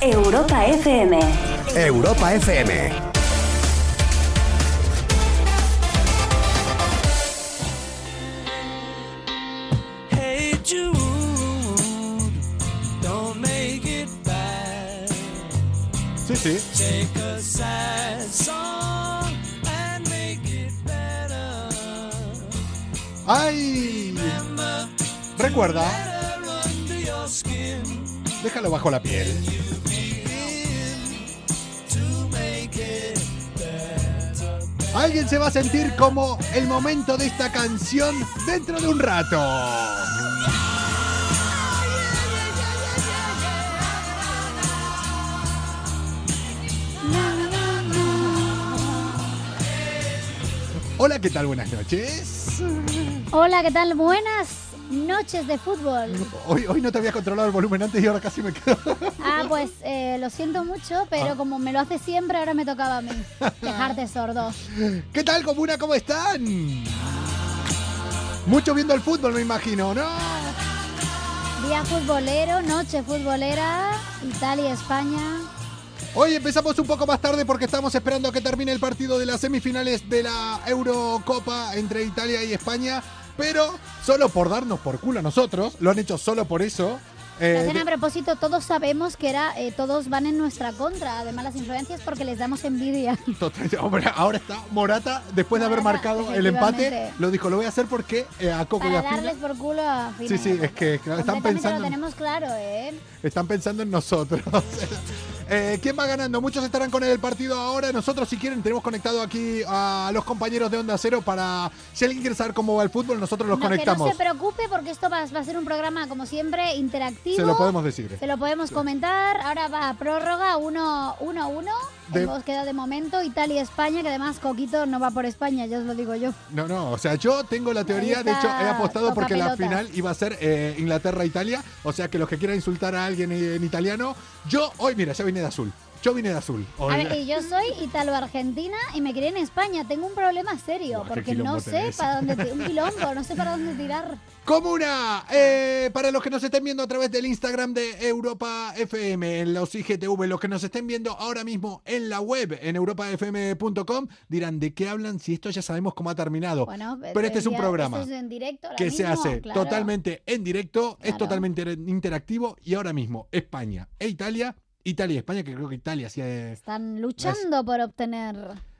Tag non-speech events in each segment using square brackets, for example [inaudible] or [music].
Europa FM. Europa FM. Hey Jude, don't make it bad. Sí, sí. Take a sad song and make it better. ¡Ay! Remember Recuerda, better under your skin. déjalo bajo la piel. Alguien se va a sentir como el momento de esta canción dentro de un rato. Hola, ¿qué tal? Buenas noches. Hola, ¿qué tal? Buenas noches de fútbol. Hoy, hoy no te había controlado el volumen antes y ahora casi me quedo. Ah, pues eh, lo siento mucho, Ah. pero como me lo hace siempre, ahora me [laughs] tocaba a mí dejarte sordo. ¿Qué tal, comuna? ¿Cómo están? Mucho viendo el fútbol, me imagino, ¿no? Día futbolero, noche futbolera, Italia, España. Hoy empezamos un poco más tarde porque estamos esperando a que termine el partido de las semifinales de la Eurocopa entre Italia y España. Pero solo por darnos por culo a nosotros, lo han hecho solo por eso. Lo eh, hacen a propósito, todos sabemos que era, eh, todos van en nuestra contra, además las influencias porque les damos envidia. Total, hombre, ahora está Morata, después de haber Morata, marcado el empate, efectivamente. lo dijo, lo voy a hacer porque eh, a Coco y Para a Fina- darles por culo a Fina. Sí, sí, es que claro, están Completamente pensando... Lo tenemos claro, ¿eh? Están pensando en nosotros. [laughs] Eh, ¿Quién va ganando? Muchos estarán con el partido ahora. Nosotros, si quieren, tenemos conectado aquí a los compañeros de Onda Cero para. Si alguien quiere saber cómo va el fútbol, nosotros los No, conectamos. Que no se preocupe porque esto va, va a ser un programa, como siempre, interactivo. se lo podemos decir. eh. Se lo podemos comentar. Ahora va a prórroga 1-1. Uno, uno, uno. De- En búsqueda de momento Italia-España, que además Coquito no va por España, ya os lo digo yo. No, no, o sea, yo tengo la teoría, Ahí de hecho, está, he apostado toca porque la pelotas. final iba a ser eh, Inglaterra-Italia. O sea, que los que quieran insultar a alguien en italiano, yo hoy, mira, ya vine de azul. Yo vine de azul. A Hoy- ver, y yo soy italo-argentina y me crié en España. Tengo un problema serio Buah, qué porque no quilombo sé tenés. para dónde. ti- Un quilombo, no sé para dónde tirar. Comuna, eh, para los que nos estén viendo a través del Instagram de Europa FM, en los IGTV, los que nos estén viendo ahora mismo en la web, en europafm.com, dirán de qué hablan si esto ya sabemos cómo ha terminado. Bueno, Pero este es un ya- programa esto es en directo ahora que se mismo, hace claro. totalmente en directo, es Claro. totalmente re- interactivo y ahora mismo España e Italia, Italia y España, que creo que Italia sí es- Están luchando por obtener.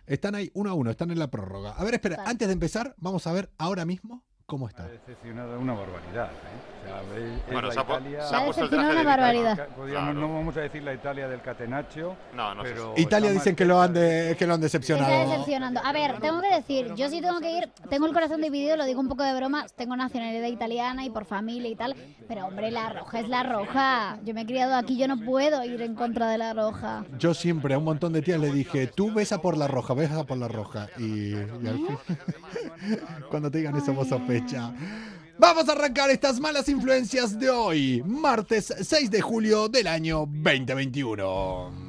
están ahí uno a uno, están en la prórroga. A ver, espera, Vale. antes de empezar, vamos a ver ahora mismo cómo está. decepcionado una barbaridad. ¿eh? O sea, es- es Bueno, la se ha pu- Italia- se ha Ha puesto el decepcionado traje de una Vicario. barbaridad. Podríamos- Claro. No vamos a decir la Italia del Catenaccio. No, no sé pero si- Italia está más dicen que lo han, cerca de- que lo han Está decepcionado. decepcionando. A ver, tengo que decir, yo sí tengo que ir, tengo el corazón dividido, lo digo un poco de broma, tengo nacionalidad italiana y por familia y tal, pero hombre, la roja es la roja. Yo me he criado aquí, yo no puedo ir en contra de la roja. Yo siempre a un montón de tías le dije, tú besa por la roja, besa por la roja. Y, y al fin, [laughs] cuando te digan eso vos sospecha. Vamos a arrancar estas malas influencias de hoy, martes 6 de julio del año 2021.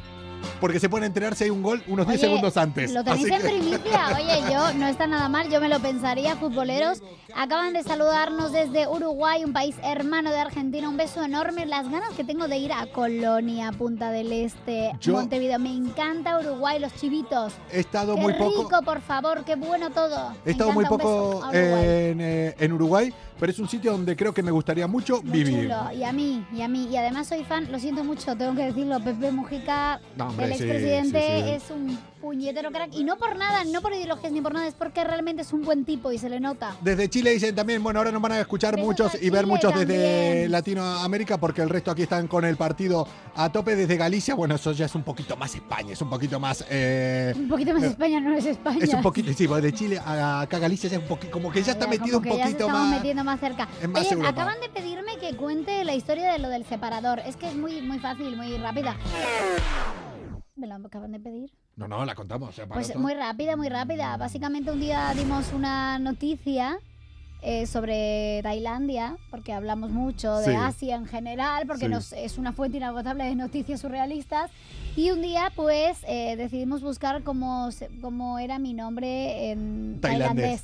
Porque se pueden enterar si hay un gol unos 10 Oye, segundos antes. Lo tenéis Así en que- [laughs] primicia. Oye, yo no está nada mal, yo me lo pensaría, futboleros. Acaban de saludarnos desde Uruguay, un país hermano de Argentina. Un beso enorme. Las ganas que tengo de ir a Colonia, Punta del Este, Yo- Montevideo. Me encanta Uruguay, los chivitos. He estado Qué muy rico, poco. por favor, qué bueno todo. He Me estado muy encanta, un poco beso a Uruguay. en, eh, en Uruguay, pero es un sitio donde creo que me gustaría mucho Muy vivir. chulo, y a mí, y a mí. Y además soy fan, lo siento mucho, tengo que decirlo, Pepe Mujica, No, hombre, el sí, expresidente, sí, sí. es un puñetero crack. Y no por nada, no por ideologías ni por nada, es porque realmente es un buen tipo y se le nota. Desde Chile dicen también, bueno, ahora nos van a escuchar Besos muchos a y ver Chile muchos desde también. Latinoamérica porque el resto aquí están con el partido a tope desde Galicia. Bueno, eso ya es un poquito más España, es un poquito más... eh, Un poquito más eh, España, no es España. es un poquito, sí, pues de Chile a acá a Galicia ya es un poquito, como que ya está Ya, metido un como que ya se poquito estamos más. metiendo más cerca. en más Oye, Europa. acaban de pedirme que cuente la historia de lo del separador. Es que es muy, muy fácil, muy rápida. Me lo acaban de pedir. No, no, la contamos. o sea, para Pues todo. muy rápida, muy rápida. Básicamente un día dimos una noticia eh, sobre Tailandia, porque hablamos mucho de Sí. Asia en general, porque Sí. nos, es una fuente inagotable de noticias surrealistas. Y un día pues eh, decidimos buscar cómo, se- cómo era mi nombre en Tailandés. tailandés.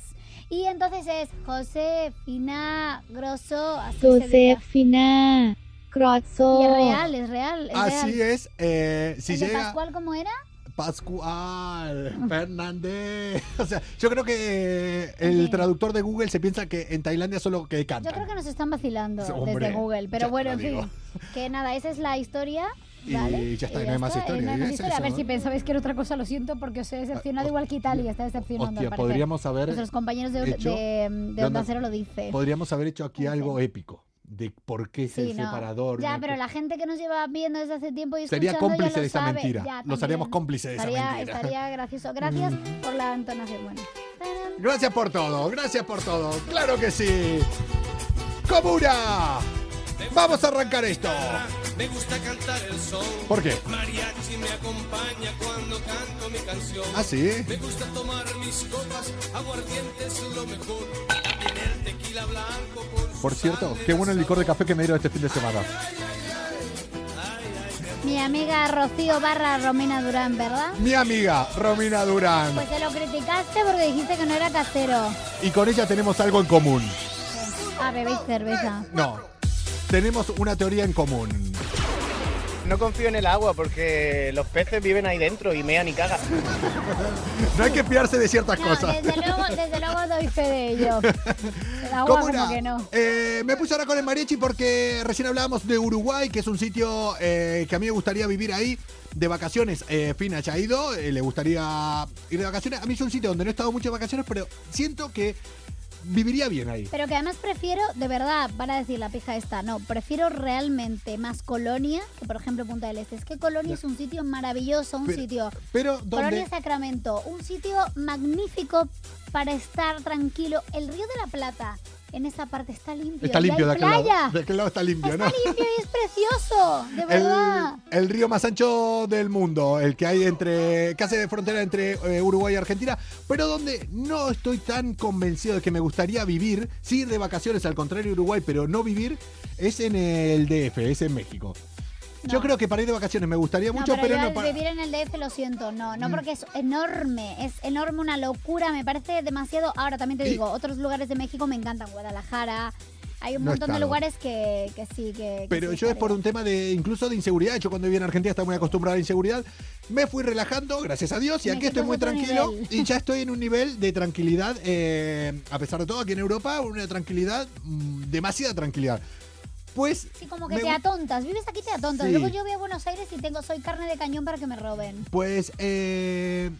Y entonces es Josefina Grosso. Así se diría. Josefina Y es Crozzo. real, es real. Es Así real. es, eh, Ah, si ¿El de llega... Pascual cómo era? [laughs] Pascual Fernández. [laughs] O sea, yo creo que eh, el Sí. traductor de Google se piensa que en Tailandia solo que Yo cantan. creo que nos están [laughs] vacilando Sí, hombre, desde Google, ya pero te bueno, lo en fin. digo. Que nada, esa es la historia. Y ¿vale? ya está, y no hay más historia, y no hay y más es historia. A eso, ver ¿no? si pensabais que era otra cosa, lo siento, porque os he decepcionado Ah, igual que Italia está decepcionando. al Hostia, parecer. podríamos haber, Nuestros compañeros de, hecho de, de de Onda Onda- Cero lo dicen. podríamos haber hecho aquí En algo fin. épico de por qué es Sí, el no. separador. Ya, una pero co- la gente que nos lleva viendo desde hace tiempo y Sería escuchando cómplice ya lo de esa sabe. mentira. Ya, Los haríamos también. cómplices de esa Estaría- mentira. Mm. Estaría gracioso. Gracias por la entonación. Bueno. Tarán. Gracias por todo, gracias por todo. Claro que sí. Comuna. Vamos a arrancar esto. Me gusta cantar el sol. ¿Por qué? Mariachi me acompaña cuando canto mi canción. Ah, sí. Me gusta tomar mis copas, aguardiente es lo mejor. También el tequila blanco con Por su cierto, sal qué le da bueno el licor de sabor. café que me dieron este fin de semana. Mi amiga Rocío barra Romina Durán, ¿verdad? Mi amiga Romina Durán. Pues te lo criticaste porque dijiste que no era casero. y con ella tenemos algo en común. Ah, bebéis cerveza. No, tenemos una teoría en común. No confío en el agua porque los peces viven ahí dentro y mean y cagan. No hay que fiarse de ciertas No, cosas. desde luego, desde luego doy fe [laughs] de ello. El agua Comuna, como que no. eh, me puse ahora con el mariachi porque recién hablábamos de Uruguay, que es un sitio eh, que a mí me gustaría vivir ahí de vacaciones. Eh, Fina ya ha ido, eh, le gustaría ir de vacaciones. A mí es un sitio donde no he estado mucho de vacaciones, pero siento que viviría bien ahí. Pero que además prefiero, de verdad, van a decir la pija esta, no, prefiero realmente más Colonia que, por ejemplo, Punta del Este. Es que Colonia es un sitio maravilloso, un Pero- sitio. Pero donde... Colonia Sacramento, un sitio magnífico para estar tranquilo. El Río de la Plata, en esa parte está limpio. Está y limpio de hay aquel lado. playa. De aquel lado está limpio, Está ¿no? limpio y es precioso, de El, verdad. el río más ancho del mundo, el que hay entre, que hace de frontera entre eh, Uruguay y Argentina, pero donde no estoy tan convencido de que me gustaría vivir, sí ir de vacaciones, al contrario de Uruguay, pero no vivir, es en el DF, es en México. Yo No. creo que para ir de vacaciones me gustaría mucho, no, pero, pero, yo no Mm. al para. vivir en el DF lo siento, no, no porque es enorme, es enorme, una locura, me parece demasiado. Ahora también te Y- digo, otros lugares de México me encantan, Guadalajara, hay un No he montón de estado. lugares que, que sí, que... que Pero sí yo es estaría. por un tema de incluso de inseguridad. Yo cuando viví en Argentina estaba muy acostumbrado a la inseguridad. Me fui relajando, gracias a Dios, y aquí México estoy es muy otro tranquilo. nivel. Y [laughs] ya estoy en un nivel de tranquilidad, eh, a pesar de todo, aquí en Europa, una tranquilidad, mm, demasiada tranquilidad. Pues. Sí, como que me te gu- atontas. Vives aquí, te atontas. Sí. Luego yo voy a Buenos Aires y tengo soy carne de cañón para que me roben. Pues eh,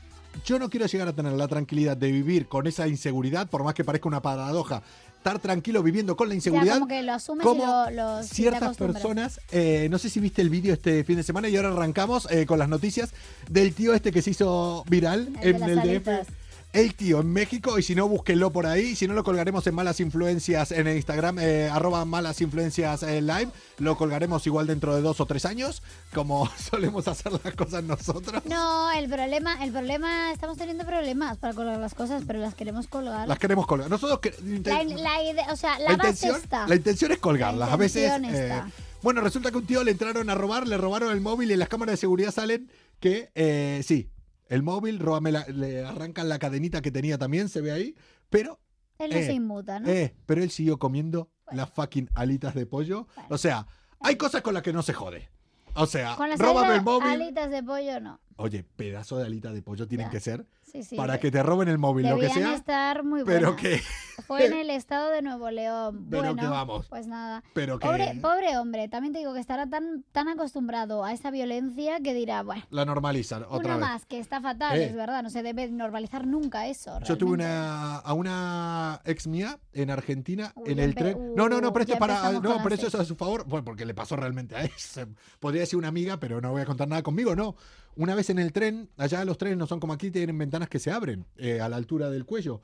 yo no quiero llegar a tener la tranquilidad de vivir con esa inseguridad, por más que parezca una paradoja. Estar tranquilo viviendo con la O sea, inseguridad. como que lo asumes y como lo, lo- sí, te ciertas acostumbras. personas, eh, no sé si viste el vídeo este fin de semana y ahora arrancamos eh, con las noticias del tío este que se hizo viral El de en las el DF. alitas. El tío en México, y si no, búsquenlo por ahí. y Si no, lo colgaremos en Malas Influencias en el Instagram, eh, arroba Malas Influencias eh, Live. Lo colgaremos igual dentro de dos o tres años, como [laughs] solemos hacer las cosas nosotros. No, el problema, el problema, estamos teniendo problemas para colgar las cosas, pero las queremos colgar. Las queremos colgar. Nosotros que- La, la ide- o sea, la, la base intención, está. la intención es colgarlas. La A veces. intención eh, está. bueno, resulta que un tío le entraron a robar, le robaron el móvil y en las cámaras de seguridad salen que eh, sí, el móvil, róbame la- le arrancan la cadenita que tenía también, se ve ahí, pero, Él no eh, se inmuta, ¿no? eh, pero él siguió comiendo las fucking alitas de pollo. O sea, hay cosas con las que no se jode. O sea, Con las Ah, róbame alitas- el móvil. alitas de pollo, no. Oye, pedazo de alita de pollo tienen Ya, que ser Sí, sí. para que te roben el móvil, lo que debían sea. estar muy Pero buenas. que, Fue en el estado de Nuevo León. Pero bueno, que vamos. Pues nada. pero que Pobre, pobre hombre, también te digo que estará tan, tan acostumbrado a esa violencia que dirá, bueno, la normalizan otra una vez. más, que está fatal, Eh. es verdad, no se debe normalizar nunca eso. Yo tuve realmente. una, a una ex mía en Argentina Uy, en ya el empe- tren. No, no, no, pero uh, esto ya es para. empezamos No, con pero las eso es a su favor. Bueno, porque le pasó realmente a ella. Podría decir una amiga, pero no voy a contar nada conmigo, no. Una vez en el tren, allá los trenes no son como aquí, tienen ventanas que se abren eh, a la altura del cuello.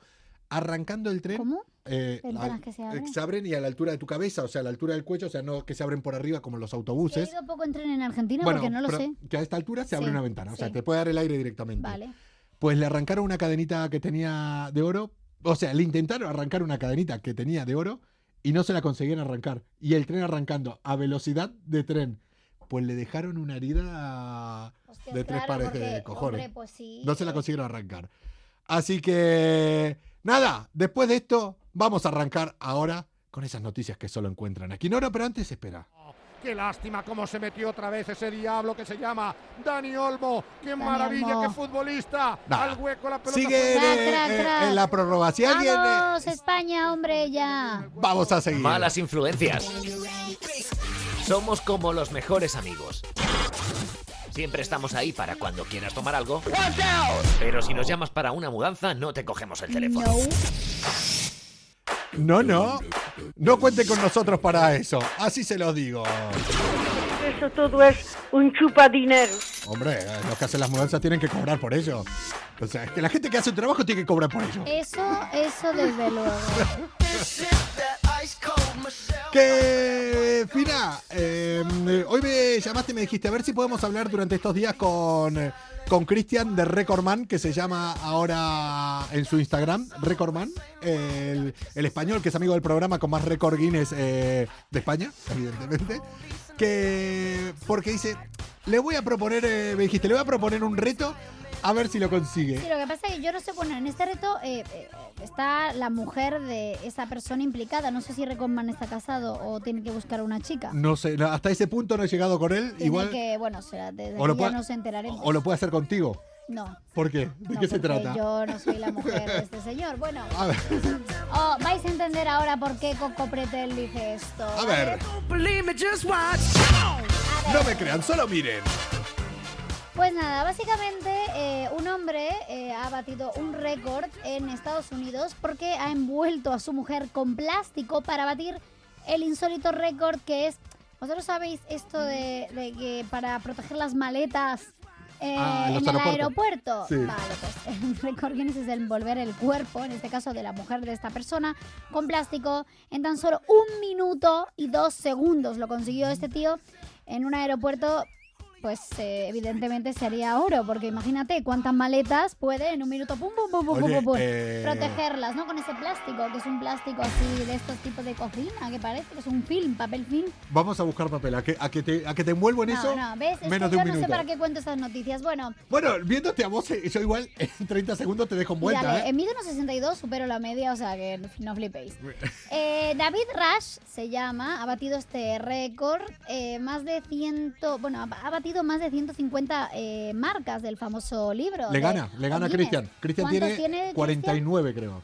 Arrancando el tren. ¿Cómo? eh, ¿Ventanas al- que se abren? eh, y a la altura de tu cabeza, o sea, a la altura del cuello, o sea, no que se abren por arriba como los He autobuses. ido poco en tren en Argentina porque no lo pero sé. que a esta altura se abre Sí, una ventana, o sea, sí. te puede dar el aire directamente. Vale. Pues le arrancaron una cadenita que tenía de oro. O sea, le intentaron arrancar una cadenita que tenía de oro y no se la conseguían arrancar. Y el tren arrancando a velocidad de tren. Pues le dejaron una herida. Hostia, De tres pares de porque, cojones. hombre, pues sí, No se la eh, consiguieron arrancar. Así que. Nada, después de esto, vamos a arrancar ahora con esas noticias que solo encuentran aquí. No, no, pero antes espera. Qué lástima cómo se metió otra vez ese diablo que se llama Dani Olmo. Qué Dani maravilla, Olmo. qué futbolista. Nah. Al hueco la pelota. Sigue en, Tra, eh, tra, eh, tra. en la prórroga. Si alguien. eh, ¡Vamos, España, hombre, ya! vamos a seguir. Malas influencias. Somos como los mejores amigos. Siempre estamos ahí para cuando quieras tomar algo. Pero si nos llamas para una mudanza, no te cogemos el teléfono. No. No, no. No cuente con nosotros para eso. Así se los digo. Eso todo es un chupadinero. Hombre, eh, los que hacen las mudanzas tienen que cobrar por ello. O sea, es que la gente que hace un trabajo tiene que cobrar por ello. Eso, eso desde luego. Que, Fina, eh, hoy me llamaste y me dijiste a ver si podemos hablar durante estos días con eh, con Cristian de Recordman, que se llama ahora en su Instagram, Recordman, el, el español que es amigo del programa con más récord Guinness eh, de España, evidentemente. Que, porque dice, le voy a proponer, eh, me dijiste, le voy a proponer un reto a ver si lo Sí, consigue. lo que pasa es que yo no sé, bueno, en este reto eh, eh, está la mujer de esa persona implicada. No sé si Reconman está casado o tiene que buscar una chica. No sé, no, hasta ese punto no he llegado con él, Tiene Mm, igual. que, bueno, será, desde o lo aquí ya puede- nos enteraremos. O lo puede hacer contigo. No. ¿Por qué? ¿De no, qué se porque trata? Ah. Yo no soy la mujer de este señor. [laughs] Bueno, A ver, oh, vais a entender ahora por qué Coco Pretel dice esto. a ver. No me crean, solo miren. Pues nada, básicamente eh, un hombre eh, ha batido un récord en Estados Unidos porque ha envuelto a su mujer con plástico para batir el insólito récord que es, vosotros sabéis esto de, de que para proteger las maletas eh, Ah, en los en el aeropuertos. aeropuerto. Sí. Vale, pues [laughs] el récord Guinness es envolver el cuerpo, en este caso de la mujer de esta persona, con plástico en tan solo un minuto y dos segundos. Lo consiguió este tío en un aeropuerto pues eh, evidentemente sería oro, porque imagínate cuántas maletas puede en un minuto pum pum pum pum Oye, pum pum eh, protegerlas, ¿no? Con ese plástico, que es un plástico así de estos tipos de cocina, que parece que es un film, papel film. Vamos a buscar papel. A que, a que, te, a que te envuelvo en No, eso. no, ¿ves? Es que Menos de yo un no sé minuto. para qué cuento esas noticias. Bueno, Bueno, viéndote a vos, eh, yo igual [laughs] en 30 segundos te dejo envuelta. Dale, ¿eh? eh, mido unos 62, supero la media, o sea que no- no flipéis. Eh, David Rush se llama, ha batido este récord, eh, más de 100, bueno, ha ha batido más de 150 eh, marcas del famoso libro. Le de- gana, le gana a Guinness. Cristian. Cristian ¿Cuántos tiene Cristian? 49, creo.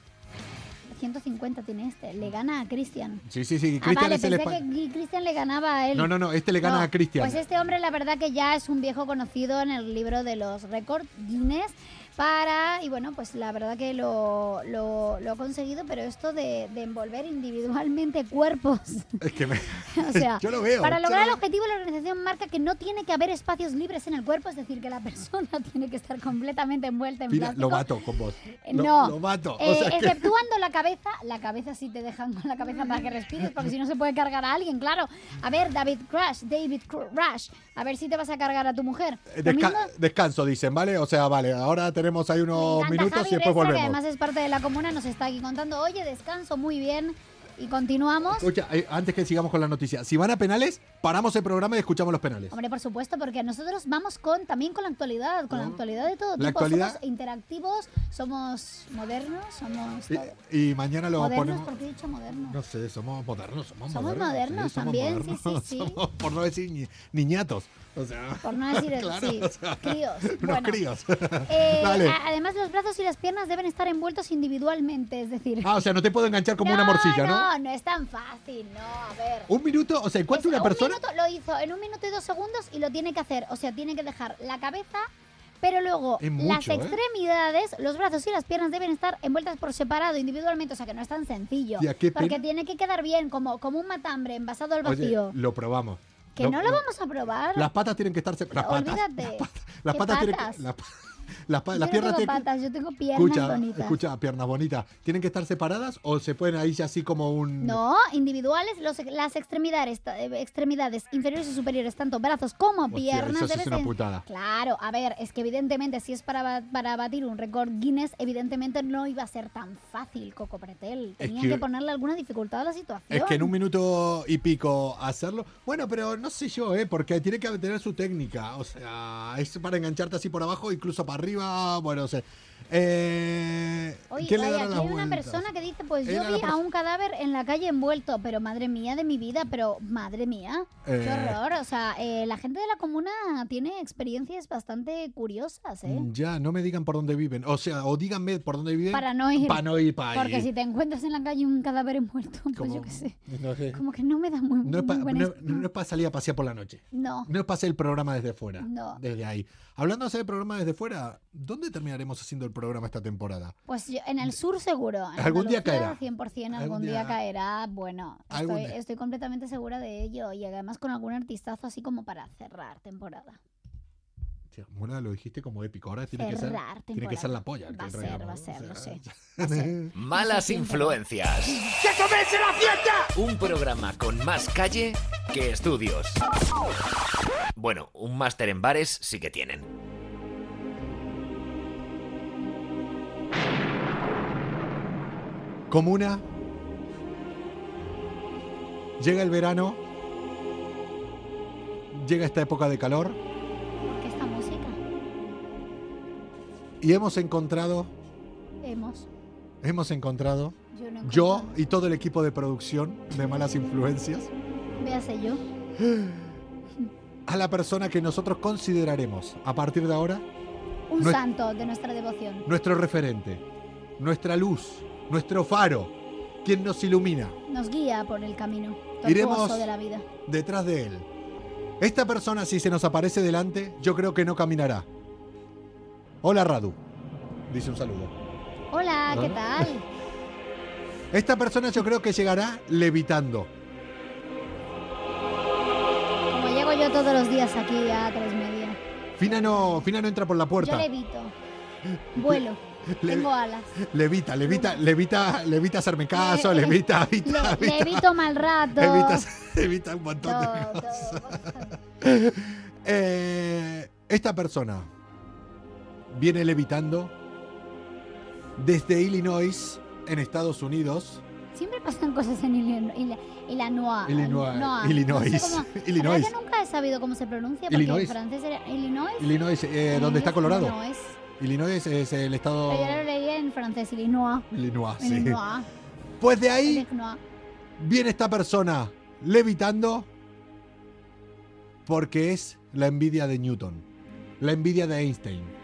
150 tiene este. Le gana a Cristian. Sí, sí, sí. Ah, Cristian vale, es el pensé espa- que Cristian le ganaba a él. No, no, no, este le gana a Cristian. Pues este hombre, la verdad que ya es un viejo conocido en el libro de los récords Guinness para, y bueno, pues la verdad que lo, lo, lo ha conseguido, pero esto de, de envolver individualmente [laughs] cuerpos, Es que me- [laughs] o sea, [laughs] Yo lo veo, para yo lograr lo- el objetivo la organización marca que no tiene que haber espacios libres en el cuerpo, es decir, que la [laughs] persona tiene que estar completamente envuelta en Pina, lo plástico. mato con vos. Lo- Eh, No, Lo mato. O Eh, sea que- exceptuando la cabeza, la cabeza sí te dejan con la cabeza para que respires, porque si no se puede cargar a alguien, claro. A ver, David Crash, David Crash, a ver si te vas a cargar a tu mujer. Lo Eh, Desca- mismo- descanso, dicen, ¿vale? O sea, vale, ahora tenemos ahí me unos encanta minutos Javi y después Reza, que volvemos. además es parte de la comuna, nos está aquí contando, oye, descanso muy bien y continuamos. Escucha, eh, antes que sigamos con la noticia, si van a penales, paramos el programa y escuchamos los penales. Hombre, por supuesto, porque nosotros vamos con también con la actualidad, con la actualidad de La todo tipo. actualidad- Somos interactivos, somos modernos, somos todo. Y, y mañana lo modernos, eh, ponemos. porque he dicho modernos. No sé, somos modernos, somos, Somos modernos sí, somos también, sí, modernos, [laughs] sí, sí. somos, por no decir ni- niñatos. O sea, [laughs] Por no decir el claro, sí, o sea, críos. [laughs] unos Bueno, críos. Eh, [laughs] Dale. a- además, los brazos y las piernas deben estar envueltos individualmente, es decir. Ah, o sea, no te puedo enganchar como una No, morcilla, ¿no? No, no es tan fácil, no, a ver. Un minuto, o sea, ¿cuánto Es- una un persona? minuto lo hizo en un minuto y dos segundos y lo tiene que hacer. O sea, tiene que dejar la cabeza, pero luego Es las mucho, ¿eh? extremidades, los brazos y las piernas deben estar envueltas por separado, individualmente. O sea, que no es tan sencillo. Ya, qué Porque pena. tiene que quedar bien, como, como un matambre envasado al Oye, vacío. lo probamos. que no, lo vamos a probar. Las patas tienen que estar separadas. Las patas. Olvídate. Las ¿Qué patas tienen patas? que. Las, pa- las pa- Yo las no piernas tengo tienen que. patas, yo tengo piernas Escucha, bonitas. escucha, piernas bonitas. ¿Tienen que estar separadas o se pueden ahí ya así como un. No, individuales, los- las extremidades, ta- eh, extremidades inferiores y superiores, tanto brazos como Hostia, piernas. eso sí deben es una ser- putada. Claro, a ver, es que evidentemente si es para, ba- para batir un récord Guinness, evidentemente no iba a ser tan fácil, Coco Pretel. Es Tenía que... que- ponerle alguna dificultad a la situación. Es que en un minuto y pico hacerlo. Bueno, pero no sé yo, ¿eh? Porque tiene que tener su técnica. O sea, es para engancharte así por abajo, incluso para arriba. Bueno, no sé. Eh, Oye, ¿quién le oye, dará aquí las hay una vueltas? persona que dice, pues yo Era la vi a prof- un cadáver en la calle envuelto, pero madre mía de mi vida, pero madre mía, qué Eh. horror. O sea, eh, la gente de la comuna tiene experiencias bastante curiosas, ¿eh? Ya, no me digan por dónde viven. O sea, o díganme por dónde viven. Para no ir. Para no ir para Porque ahí. si te encuentras en la calle un cadáver envuelto, pues Como- yo qué sé. No sé. Como que no me da muy, No es, muy pa- buena no- idea. no es para salir a pasear por la noche. No. No es para hacer el programa desde fuera. No. Desde ahí. Hablándose de programa desde fuera, ¿dónde terminaremos haciendo el programa esta temporada? Pues yo- en el sur seguro. en Algún día Andalucía, caerá. 100% algún, Algún día, día- caerá. Bueno, Algún estoy, día. estoy completamente segura de ello. Y además con algún artistazo así como para cerrar temporada. Hostia, Mora, lo dijiste como épico. Ahora tiene que ser. Cerrar Tiene que temporada. ser la polla. Va a que ser, traigamos, va a ¿no? ser, O lo sea, sé. va a ser. Malas influencias. ¡Que comience la fiesta! Un programa con más calle que estudios. Bueno, un máster en bares sí que tienen. Comuna. Llega el verano. Llega esta época de calor. ¿Qué esta música? Y hemos encontrado. Hemos. Hemos encontrado. Yo no Yo encuentro- y todo el equipo de producción de Malas Influencias. Véase yo. A la persona que nosotros consideraremos a partir de ahora Un No es- santo de nuestra devoción. nuestro referente, nuestra luz, nuestro faro, quien nos ilumina Nos guía por el camino tortuoso Iremos- de la vida. detrás de él. Esta persona, si se nos aparece delante, yo creo que no caminará. Hola Radu, dice un saludo. Hola, ¿qué Hola. tal? Esta persona yo creo que llegará levitando. Como llego yo todos los días aquí a tres media. Fina no, Fina no entra por la Yo puerta. levito. Vuelo. Le- Tengo [laughs] alas. Levita, levita, levita, levita hacerme caso, Le- levita, Le, evita, evita. levito mal rato. Evita, evita un montón de Todo, todo. Eh, esta persona viene levitando desde Illinois, en Estados Unidos. Siempre pasan cosas en Illinois. Illinois. Illinois. Illinois. Illinois. Ah, No sé cómo- la verdad [laughs] Illinois. que nunca he sabido cómo se pronuncia porque Illinois. en francés era Illinois. Illinois, eh, en ¿dónde está inglés, Colorado? Illinois. Illinois es el estado. Pero yo lo leía en francés, Illinois. Illinois, sí. Illinois. Pues de ahí Illinois. viene esta persona levitando porque es la envidia de Newton, la envidia de Einstein.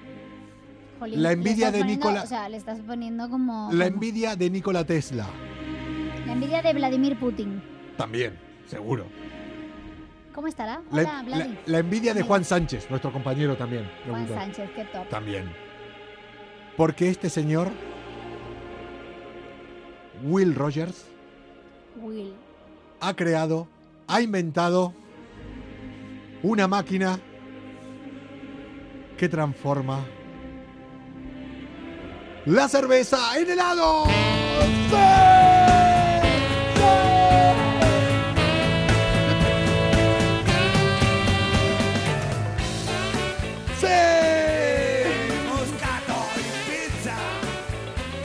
Jolín, La le envidia estás de poniendo- Nikola- O sea, le estás poniendo como. La como- envidia de Nikola Tesla. la envidia de Vladimir Putin. También, seguro. ¿Cómo estará? La, Hola, la- Vladi. la envidia de Juan Sánchez, nuestro compañero también. Juan locutor. Sánchez, qué top. También. Porque este señor, Will Rogers, Will. ha creado, ha inventado una máquina que transforma la cerveza en helado. ¡Sí!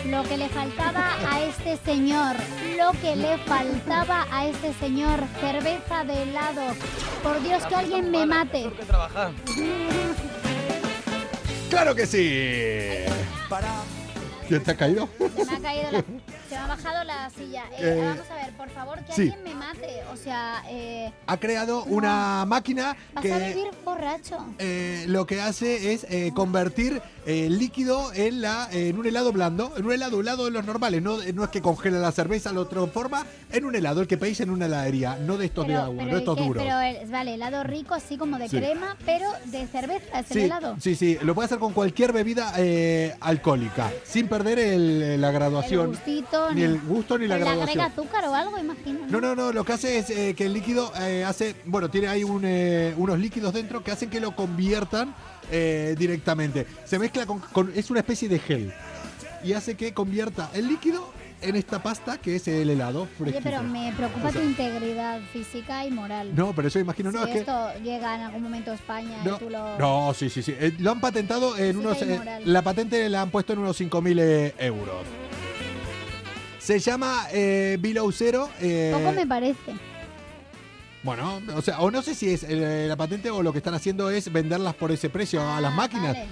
Lo que le faltaba a este señor, lo que le faltaba a este señor, cerveza de helado. Por Dios, que alguien me mate. ¡Claro que sí! ¿Quién te ha caído? Se me ha [laughs] caído la... Se me ha bajado la silla. Eh, Eh, vamos a ver, por favor, que sí. alguien me mate. O sea, eh, Ha creado una máquina vas a que vivir borracho. eh, lo que hace es eh, convertir eh, líquido en, la, en un helado blando, en un helado helado de los normales. No, no es que congela la cerveza, lo transforma en un helado, el que pedís en una heladería, no de estos de agua, no de ¿y estos qué? duros. Pero el- vale, helado rico, así como de Sí. crema, pero de cerveza, es el Sí, helado. sí, sí, lo puede hacer con cualquier bebida eh, alcohólica, sin perder el- la El graduación, gustito, ni el gusto ni la pero le agrega graduación. azúcar o algo, imagino. No, no, no, lo que hace es eh, que el líquido eh, hace, bueno, tiene ahí un, eh, unos líquidos dentro que hacen que lo conviertan eh, directamente. Se mezcla con, con- es una especie de gel y hace que convierta el líquido en esta pasta que es el helado Oye, fresquito. pero me preocupa tu integridad física y moral. No, pero yo imagino, no, si es que... esto llega en algún momento a España y No, tú lo... no, sí, sí, sí. Eh, lo han patentado en Física unos... y eh, moral. la patente la han puesto en unos 5.000 eh, euros. Se llama eh, Below Zero. eh, Poco me parece. Bueno, o sea, o no sé si es eh, la patente o lo que están haciendo es venderlas por ese precio a las Ah, máquinas. vale.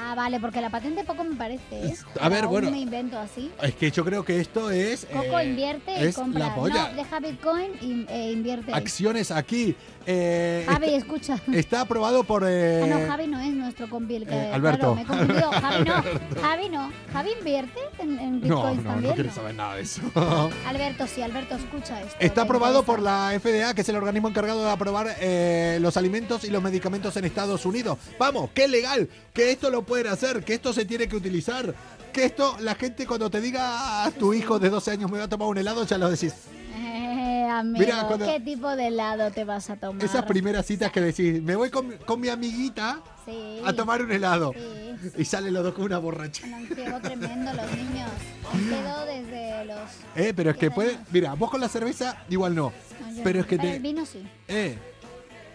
Ah, vale, porque la patente poco me parece. ¿eh? Es- a ver, Para un bueno. me invento así. Es que yo creo que esto es. Coco eh, invierte y es compra. la polla. No, deja Bitcoin y, e invierte. Acciones aquí. [laughs] Eh, Javi, escucha. está, está aprobado por. eh, ah, no, Javi no es nuestro compi. el que- eh, Alberto. claro, me he confundido. [laughs] Javi no. Javi no. Javi invierte en, en no, Bitcoin no, no también. quiero ¿no? saber nada de eso. [laughs] Alberto, sí, Alberto, escucha esto. Está ¿te aprobado interesa? por la FDA, que es el organismo encargado de aprobar eh, los alimentos y los medicamentos en Estados Unidos. Vamos, que es legal, que esto lo pueden hacer, que esto se tiene que utilizar, que esto la gente cuando te diga "Ah, tu hijo de 12 años me va a tomar un helado, ya lo decís. Eh, amigo, Mira, cuando- ¿qué tipo de helado te vas a tomar? Esas primeras citas que decís, me voy con, mi- con mi amiguita Sí. a tomar un helado. Sí. Y salen los dos con una borracha. Andan ciego tremendo los niños. Quedó desde los. Eh, pero es que Qué puede. daño. Mira, vos con la cerveza, igual no. No, yo Pero no. es que Ah, el te. vino sí. Eh.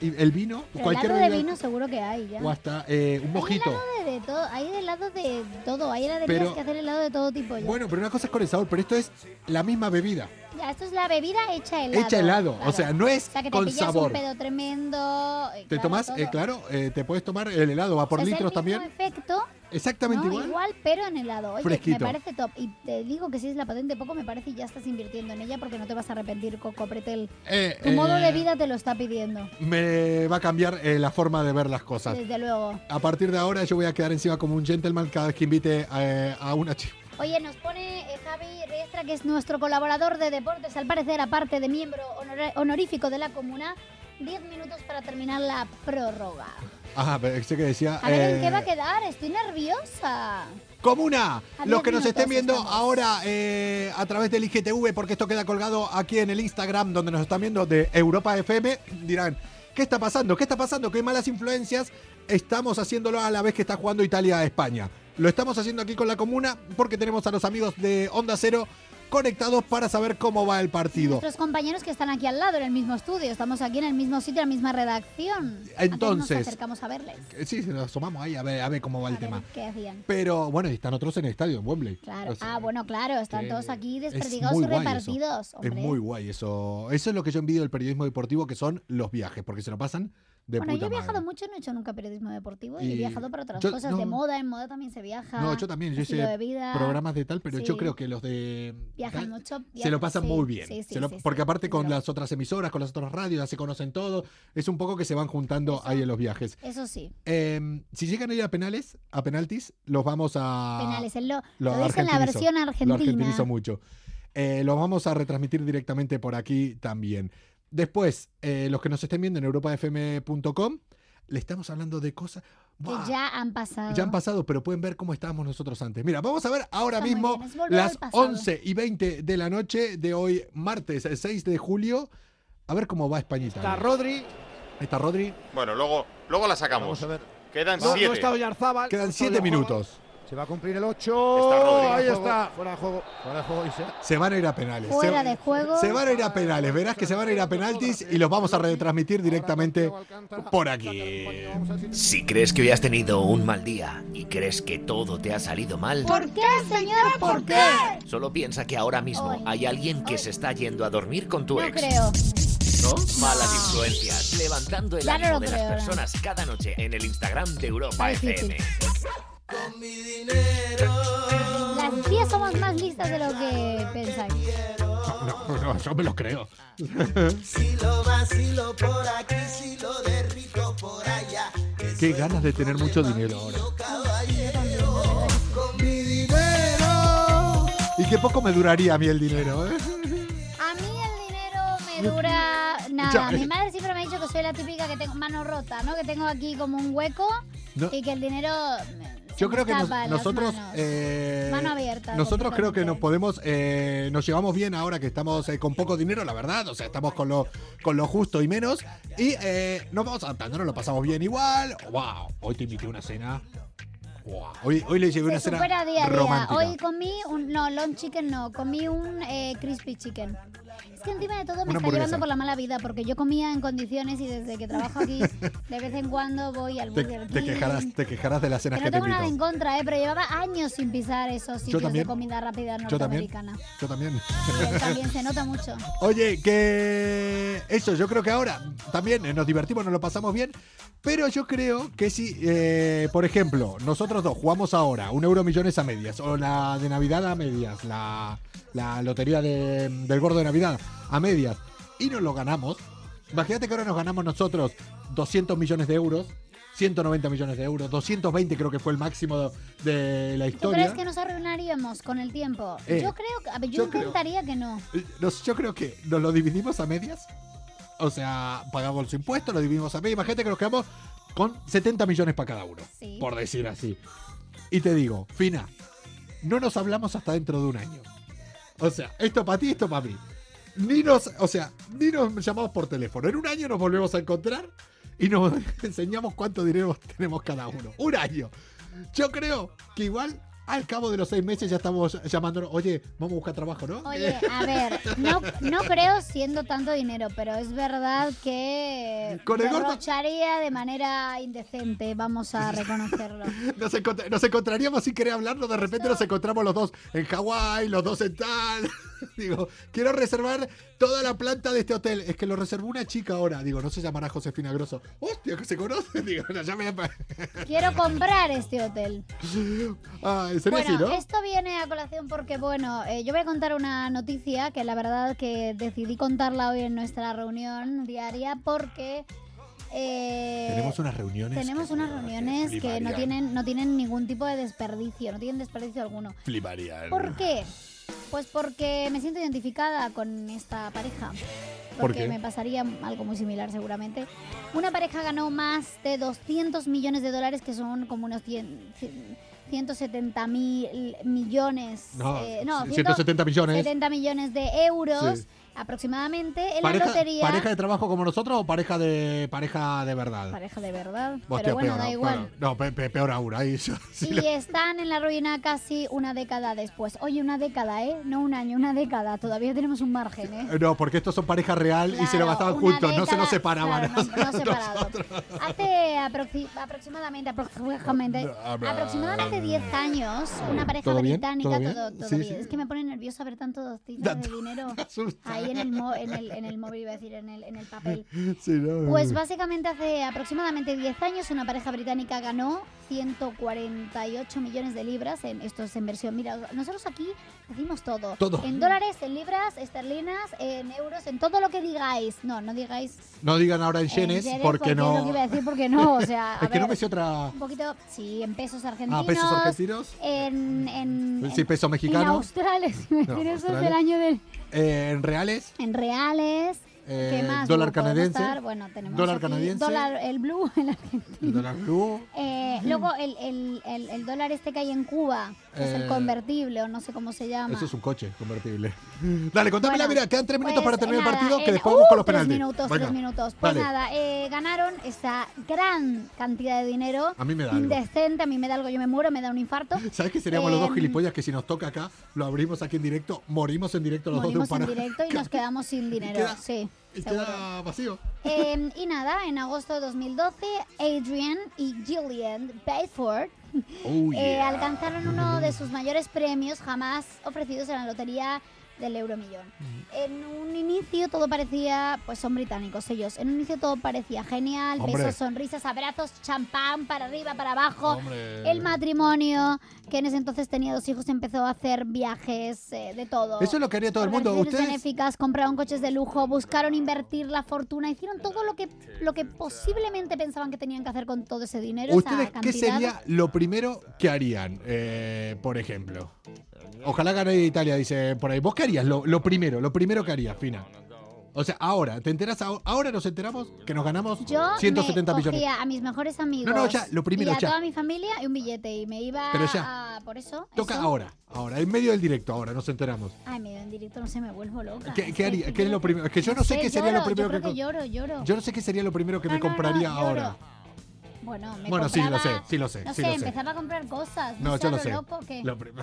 y el vino, Pero cualquier helado de bebida- vino seguro que hay ya. O hasta eh, un mojito. Hay helado de, de todo, hay helado de todo, hay heladerías Pero- que hacen helado de todo tipo ya. Bueno, pero una cosa es con el sabor, pero esto es la misma bebida. Ya, esto es la bebida hecha helado. Hecha helado, claro. o sea, no es O sea, que te con pillas sabor. un pedo tremendo. eh, Te claro, tomás, todo. eh, claro, eh, te puedes tomar el helado, va por Es el litros mismo también. efecto, Exactamente ¿no? igual. pero en helado. Oye, Fresquito. me parece top. Y te digo que si es la patente poco, me parece y ya estás invirtiendo en ella porque no te vas a arrepentir, Coco Pretel. Eh, Tu eh, modo de vida te lo está pidiendo. Me va a cambiar eh, la forma de ver las cosas. Desde luego. A partir de ahora yo voy a quedar encima como un gentleman cada vez que invite eh, a una chica. Oye, nos pone eh, Javi Riestra, que es nuestro colaborador de deportes, al parecer, aparte de miembro honor- honorífico de la comuna, 10 minutos para terminar la prórroga. Ajá, pensé Ah, que decía... A ver en qué eh, va a quedar, estoy nerviosa. Comuna, A los que diez nos minutos estén viendo estamos. ahora eh, a través del IGTV, porque esto queda colgado aquí en el Instagram, donde nos están viendo de Europa FM, dirán, ¿qué está pasando? ¿Qué está pasando? ¿Qué malas influencias estamos haciéndolo a la vez que está jugando Italia a España? Lo estamos haciendo aquí con la comuna porque tenemos a los amigos de Onda Cero conectados para saber cómo va el partido. Nuestros compañeros que están aquí al lado, en el mismo estudio, estamos aquí en el mismo sitio, en la misma redacción. Antes Entonces- nos acercamos a verles. Sí, nos asomamos ahí a ver, a ver cómo va A el ver tema. ¿Qué hacían? Pero bueno, y están otros en el estadio, en Wembley. Claro. O sea, ah, bueno, claro, están que todos aquí es desperdigados muy y guay eso. repartidos. Es hombre. muy guay eso. Eso es lo que yo envidio del periodismo deportivo, que son los viajes, porque se lo pasan de bueno, puta yo he viajado madre. mucho, no he hecho nunca periodismo deportivo y, Y he viajado para otras yo- cosas, no. de moda, en moda también se viaja. No, yo también, yo hice estilo ¿eh? de vida. programas de tal, pero yo Sí. creo que los de... Viajan tal, mucho. se lo viajan- pasan sí, muy bien. sí, sí, Se lo- sí, porque sí, aparte sí, con lo- las otras emisoras, con las otras radios, ya se conocen todo. Es un poco que se van juntando ahí en los viajes. Eso sí, Eh, si llegan a ir a penales, a penaltis, los vamos a... penales. él Lo, Ah, lo lo dice en la argentinizo. versión Lo argentina. argentinizo mucho. Eh, lo vamos a retransmitir directamente por aquí también. Después, eh, los que nos estén viendo en europafm.com, le estamos hablando de cosas... ¡Buah! Que ya han pasado. Ya han pasado, pero pueden ver cómo estábamos nosotros antes. Mira, vamos a ver ahora Está muy mismo bien, es volver las al pasado. 11 y 20 de la noche de hoy, martes el 6 de julio. A ver cómo va Españita. Está Rodri. Está Rodri. Bueno, luego, luego la sacamos. Vamos a ver. Quedan No, no siete. está Oyarzábal. No Quedan está 7 Oyarzábal. minutos. Se va a cumplir el 8. Está Rodri. Oh, Ahí Fuera de está. Fuera de juego. Fuera de juego. Y se- Se van a ir a penales. Se- Fuera de juego. Se van a ir a penales, verás que se van a ir a penaltis y los vamos a retransmitir directamente por aquí. Si crees que hoy has tenido un mal día y crees que todo te ha salido mal, ¿Por qué, señor? ¿Por qué? solo piensa que ahora mismo hay alguien que se está yendo a dormir con tu No ex. creo. ¿No? Malas influencias, levantando el Ya no ánimo lo de creo, las ahora. personas cada noche en el Instagram de Europa Está difícil. FM. Las tías somos más listas de lo que pensáis. No, no, yo me lo creo. Si lo vacilo por aquí, si lo derrito por allá. Qué ganas de tener mucho dinero ahora. Y qué poco me duraría a mí el dinero, ¿eh? A mí el dinero me dura Ya. nada. eh. Mi madre siempre me ha dicho que soy la típica que tengo mano rota, ¿no? Que tengo aquí como un hueco No. y que el dinero. me- se Yo me creo que nos- escapa de las nosotros. manos. eh, Mano abierta, Nosotros creo que completamente. nos podemos. eh, nos llevamos bien ahora que estamos eh, con poco dinero, la verdad. O sea, estamos con lo, con lo justo y menos. Y eh, nos vamos adaptando, nos lo pasamos bien igual. ¡Wow! Hoy te invité a una cena. ¡Wow! Hoy, hoy le llevé una Se cena. supera día a día. romántica. Hoy comí un. No, long chicken no. Comí un eh, crispy chicken. Es que encima de todo Una me está hamburguesa. llevando por la mala vida porque yo comía en condiciones y desde que trabajo [laughs] aquí de vez en cuando voy al Te, Burger te King. quejarás, te quejarás de las Que cenas que, no te tengo nada en invito. contra, eh, pero llevaba años sin pisar esos sitios de también. comida rápida Yo también. norteamericana. Yo también. Y también se nota mucho. Oye, que eso, yo creo que ahora también eh, nos divertimos, nos lo pasamos bien, pero yo creo que si, eh, por ejemplo, nosotros dos jugamos ahora un euro millones a medias, o la de Navidad a medias, la, la lotería de- del gordo de Navidad a medias, y nos lo ganamos, imagínate que ahora nos ganamos nosotros 200 millones de euros. 190 millones de euros, 220 creo que fue el máximo de, de la ¿Tú historia. crees que nos arruinaríamos con el tiempo? Eh, yo creo que. a ver, yo yo, creo- intentaría que no. Nos- yo creo que nos lo dividimos a medias. O sea, pagamos los impuestos, lo dividimos a medias. Imagínate que nos quedamos con 70 millones para cada uno. Sí. Por decir así. Y te digo, Fina, no nos hablamos hasta dentro de un año. O sea, esto para ti, esto para mí. Ni nos, o sea, ni nos llamamos por teléfono. En un año nos volvemos a encontrar y nos [laughs] enseñamos cuánto dinero tenemos cada uno. Un año. Yo creo que igual al cabo de los seis meses ya estamos llamándonos, oye, vamos a buscar trabajo, ¿no? Oye, a ver, no, no creo siendo tanto dinero, pero es verdad que Con el gordo- derrocharía de manera indecente, vamos a reconocerlo. [laughs] Nos, encont- nos encontraríamos sin querer hablarnos, de repente nos encontramos los dos en Hawái, los dos en tal. [laughs] Digo, quiero reservar toda la planta de este hotel. Es que lo reservó una chica ahora. Digo, no se llamará Josefina Grosso. Hostia, que se conoce. [laughs] Digo, no, ya me... Quiero comprar este hotel. Ah, sería bueno, este, así, ¿no? esto viene a colación porque, bueno, eh, yo voy a contar una noticia que la verdad que decidí contarla hoy en nuestra reunión diaria porque... eh, unas reuniones. Tenemos unas reuniones que no tienen, no tienen ningún tipo de desperdicio, no tienen desperdicio alguno. Fliparían. ¿Por qué? Pues porque me siento identificada con esta pareja. ¿Por Porque qué? me pasaría algo muy similar seguramente. Una pareja ganó más de 200 millones de dólares, que son como unos 100, 170 mil millones. No, eh, no, 170 millones. 170 millones de euros Sí. aproximadamente en ¿Pareja, la lotería. ¿Pareja de trabajo como nosotros o pareja de pareja de verdad? Pareja de verdad. Hostia, pero bueno, peor, da aún, igual. peor. no, pe- pe- peor aún. Ahí yo- [laughs] sí Y lo- están en la ruina casi una década después. Oye, una década, ¿eh? No un año, una década. Todavía tenemos un margen, ¿eh? No, porque estos son pareja real y se lo Claro, gastaban una juntos, no se década- nos separaban. [laughs] claro, no- no separado. Hace aproxi- aproximadamente, aproximadamente, aproximadamente 10 años, una pareja ¿Todo bien? británica, ¿Todo bien? todo, todo Sí, bien. sí. Es que me pone nerviosa ver tantos tipos [laughs] de Tanto- dinero Asustada. ahí en el, mo- en el, en el móvil, iba a decir, en el, en el papel. Sí, ¿no? Pues básicamente hace aproximadamente 10 años una pareja británica ganó 148 millones de libras. En, esto es en versión. Mira, nosotros aquí decimos todo. Todo. En dólares, en libras, esterlinas, en euros, en todo lo que digáis. No, no digáis. No digan ahora en yenes, porque Es lo que no. iba a decir, porque no. O sea, [laughs] a Es que no ver, me sé otra. Un poquito, sí, en pesos argentinos. Ah, pesos argentinos. En. en Sí, en- pesos En mexicanos. australes. [laughs] si me No, tienes, eso es australes. del año del. Eh, en reales. En reales. Eh, ¿Qué más? dólar Bueno, podemos canadiense. estar- Bueno, tenemos Dólar aquí canadiense. Dólar, el blue. [laughs] el argentino. El dólar blue. Eh, luego el, el- el- el dólar este que hay en Cuba, que es Eh, el convertible o no sé cómo se llama. Eso es un coche convertible. [laughs] Dale, contámela, Bueno, mira, quedan tres minutos Pues, para terminar el nada, partido, que en- después ¡Uh! vamos con los tres penaltis. minutos, Venga, tres minutos. Pues dale. nada, eh, ganaron esta gran cantidad de dinero. A mí me da algo. Indecente, a mí me da algo, yo me muero, me da un infarto. ¿Sabes que seríamos los dos Em, gilipollas que si nos toca acá, lo abrimos aquí en directo, morimos en directo los dos Morimos de en un parado? directo [laughs] y nos quedamos sin dinero, queda- sí. y seguro. queda vacío. Eh, y nada, en agosto de 2012, Adrian y Gillian Bedford Oh, eh, yeah. alcanzaron uno de sus mayores premios jamás ofrecidos en la lotería del Euromillón. Mm. En un inicio todo parecía, pues son británicos ellos, en un inicio todo parecía genial, Hombre. besos, sonrisas, abrazos, champán para arriba, para abajo, Hombre. el matrimonio, que en ese entonces tenía dos hijos, empezó a hacer viajes eh, de todo. Eso es lo que haría todo el mundo. Organizaciones Ustedes benéficas, compraron coches de lujo, buscaron invertir la fortuna, hicieron todo lo que, lo que posiblemente pensaban que tenían que hacer con todo ese dinero. esa ¿Ustedes qué cantidad. sería lo primero que harían? Eh, por ejemplo. Ojalá gane Italia, dice por ahí. ¿Vos qué harías? Lo, lo primero, lo primero que harías, Fina. O sea, ahora, ¿te enteras? aho- Ahora nos enteramos que nos ganamos Yo 170 me millones. cogía a mis mejores amigos. No, no, ya, lo primero, y a ya. toda mi familia y un billete y me iba Pero ya. a por eso. Toca eso. ahora, ahora, en medio del directo, ahora nos enteramos. Ay, me en directo no se me vuelvo loca. ¿Qué, Es qué que- haría? ¿Qué es lo primero? Es que yo no sé qué sería lloro, lo primero yo que. creo que lloro, lloro. Yo no sé qué sería lo primero que me No, no, no, compraría lloro. ahora. Bueno, me Bueno, sí, lo compraba- sé, sí lo sé, No sí sé, lo sé. empezaba a comprar cosas. No, No, yo lo sé. sé. a lo loco que- Lo, prim-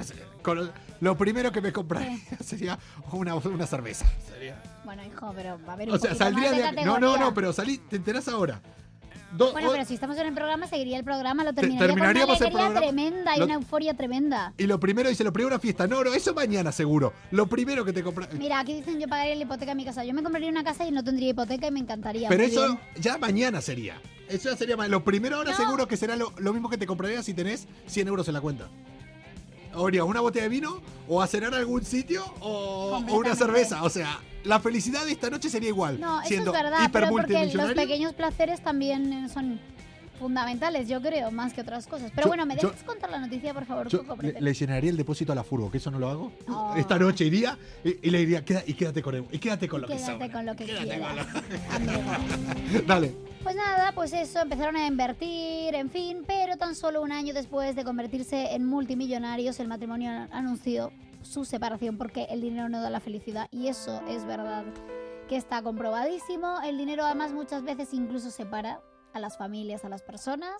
con- lo primero que me compraría [laughs] sería una, una cerveza. Sería. Bueno, hijo, pero va a haber un O sea, poquito más saldría de de aquí. No, no, categoría. no, pero salí, te enterás ahora. Do- Bueno, o- pero si estamos en el programa, seguiría el programa, lo Te- terminaría con una terminaríamos el alegría programa. tremenda y Lo- una euforia tremenda. Y lo primero, dice, lo primero una fiesta. No, no, eso mañana seguro. Lo primero que te compras. Mira, aquí dicen yo pagaría la hipoteca de mi casa. Yo me compraría una casa y no tendría hipoteca y me encantaría. Pero muy eso bien. ya mañana sería. Eso ya sería ma- Lo primero ahora No. seguro que será lo, lo mismo que te comprarías si tenés 100 euros en la cuenta. O irías a una botella de vino, o a cenar a algún sitio, o, o una Completamente. cerveza. O sea, la felicidad de esta noche sería igual. No, eso es siendo verdad, pero porque los hipermultimillonario. pequeños placeres también eh, son fundamentales, yo creo, más que otras cosas. Pero Yo- bueno, ¿me yo- dejas contar la noticia, por favor, Yo Coco? le, Pretel? le llenaría el depósito a la furgo, que eso no lo hago. Oh. Esta noche iría y, y le diría, "Queda- y quédate con, el- y quédate con lo que Quédate sobra". con lo que Quédate quieras. [laughs] Dale. Pues nada, pues eso, empezaron a invertir, en fin, pero tan solo un año después de convertirse en multimillonarios, el matrimonio an- anunció su separación porque el dinero no da la felicidad y eso es verdad que está comprobadísimo. El dinero además muchas veces incluso separa a las familias, a las personas.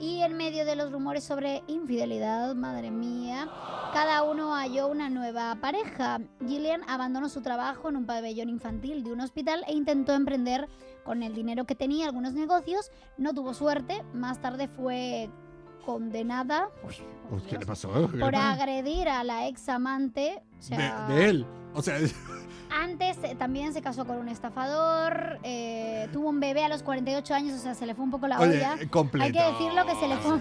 Y en medio de los rumores sobre infidelidad, madre mía, cada uno halló una nueva pareja. Gillian abandonó su trabajo en un pabellón infantil de un hospital e intentó emprender con el dinero que tenía algunos negocios. No tuvo suerte, más tarde fue condenada Uy, ¿Qué le pasó? ¿Qué le por pasó? agredir a la ex amante. O sea, De, de él. O sea, antes eh, también se casó con un estafador, eh, tuvo un bebé a los 48 años, o sea, se le fue un poco la Oye, eh, olla. completo. Hay que decirlo que se le fue...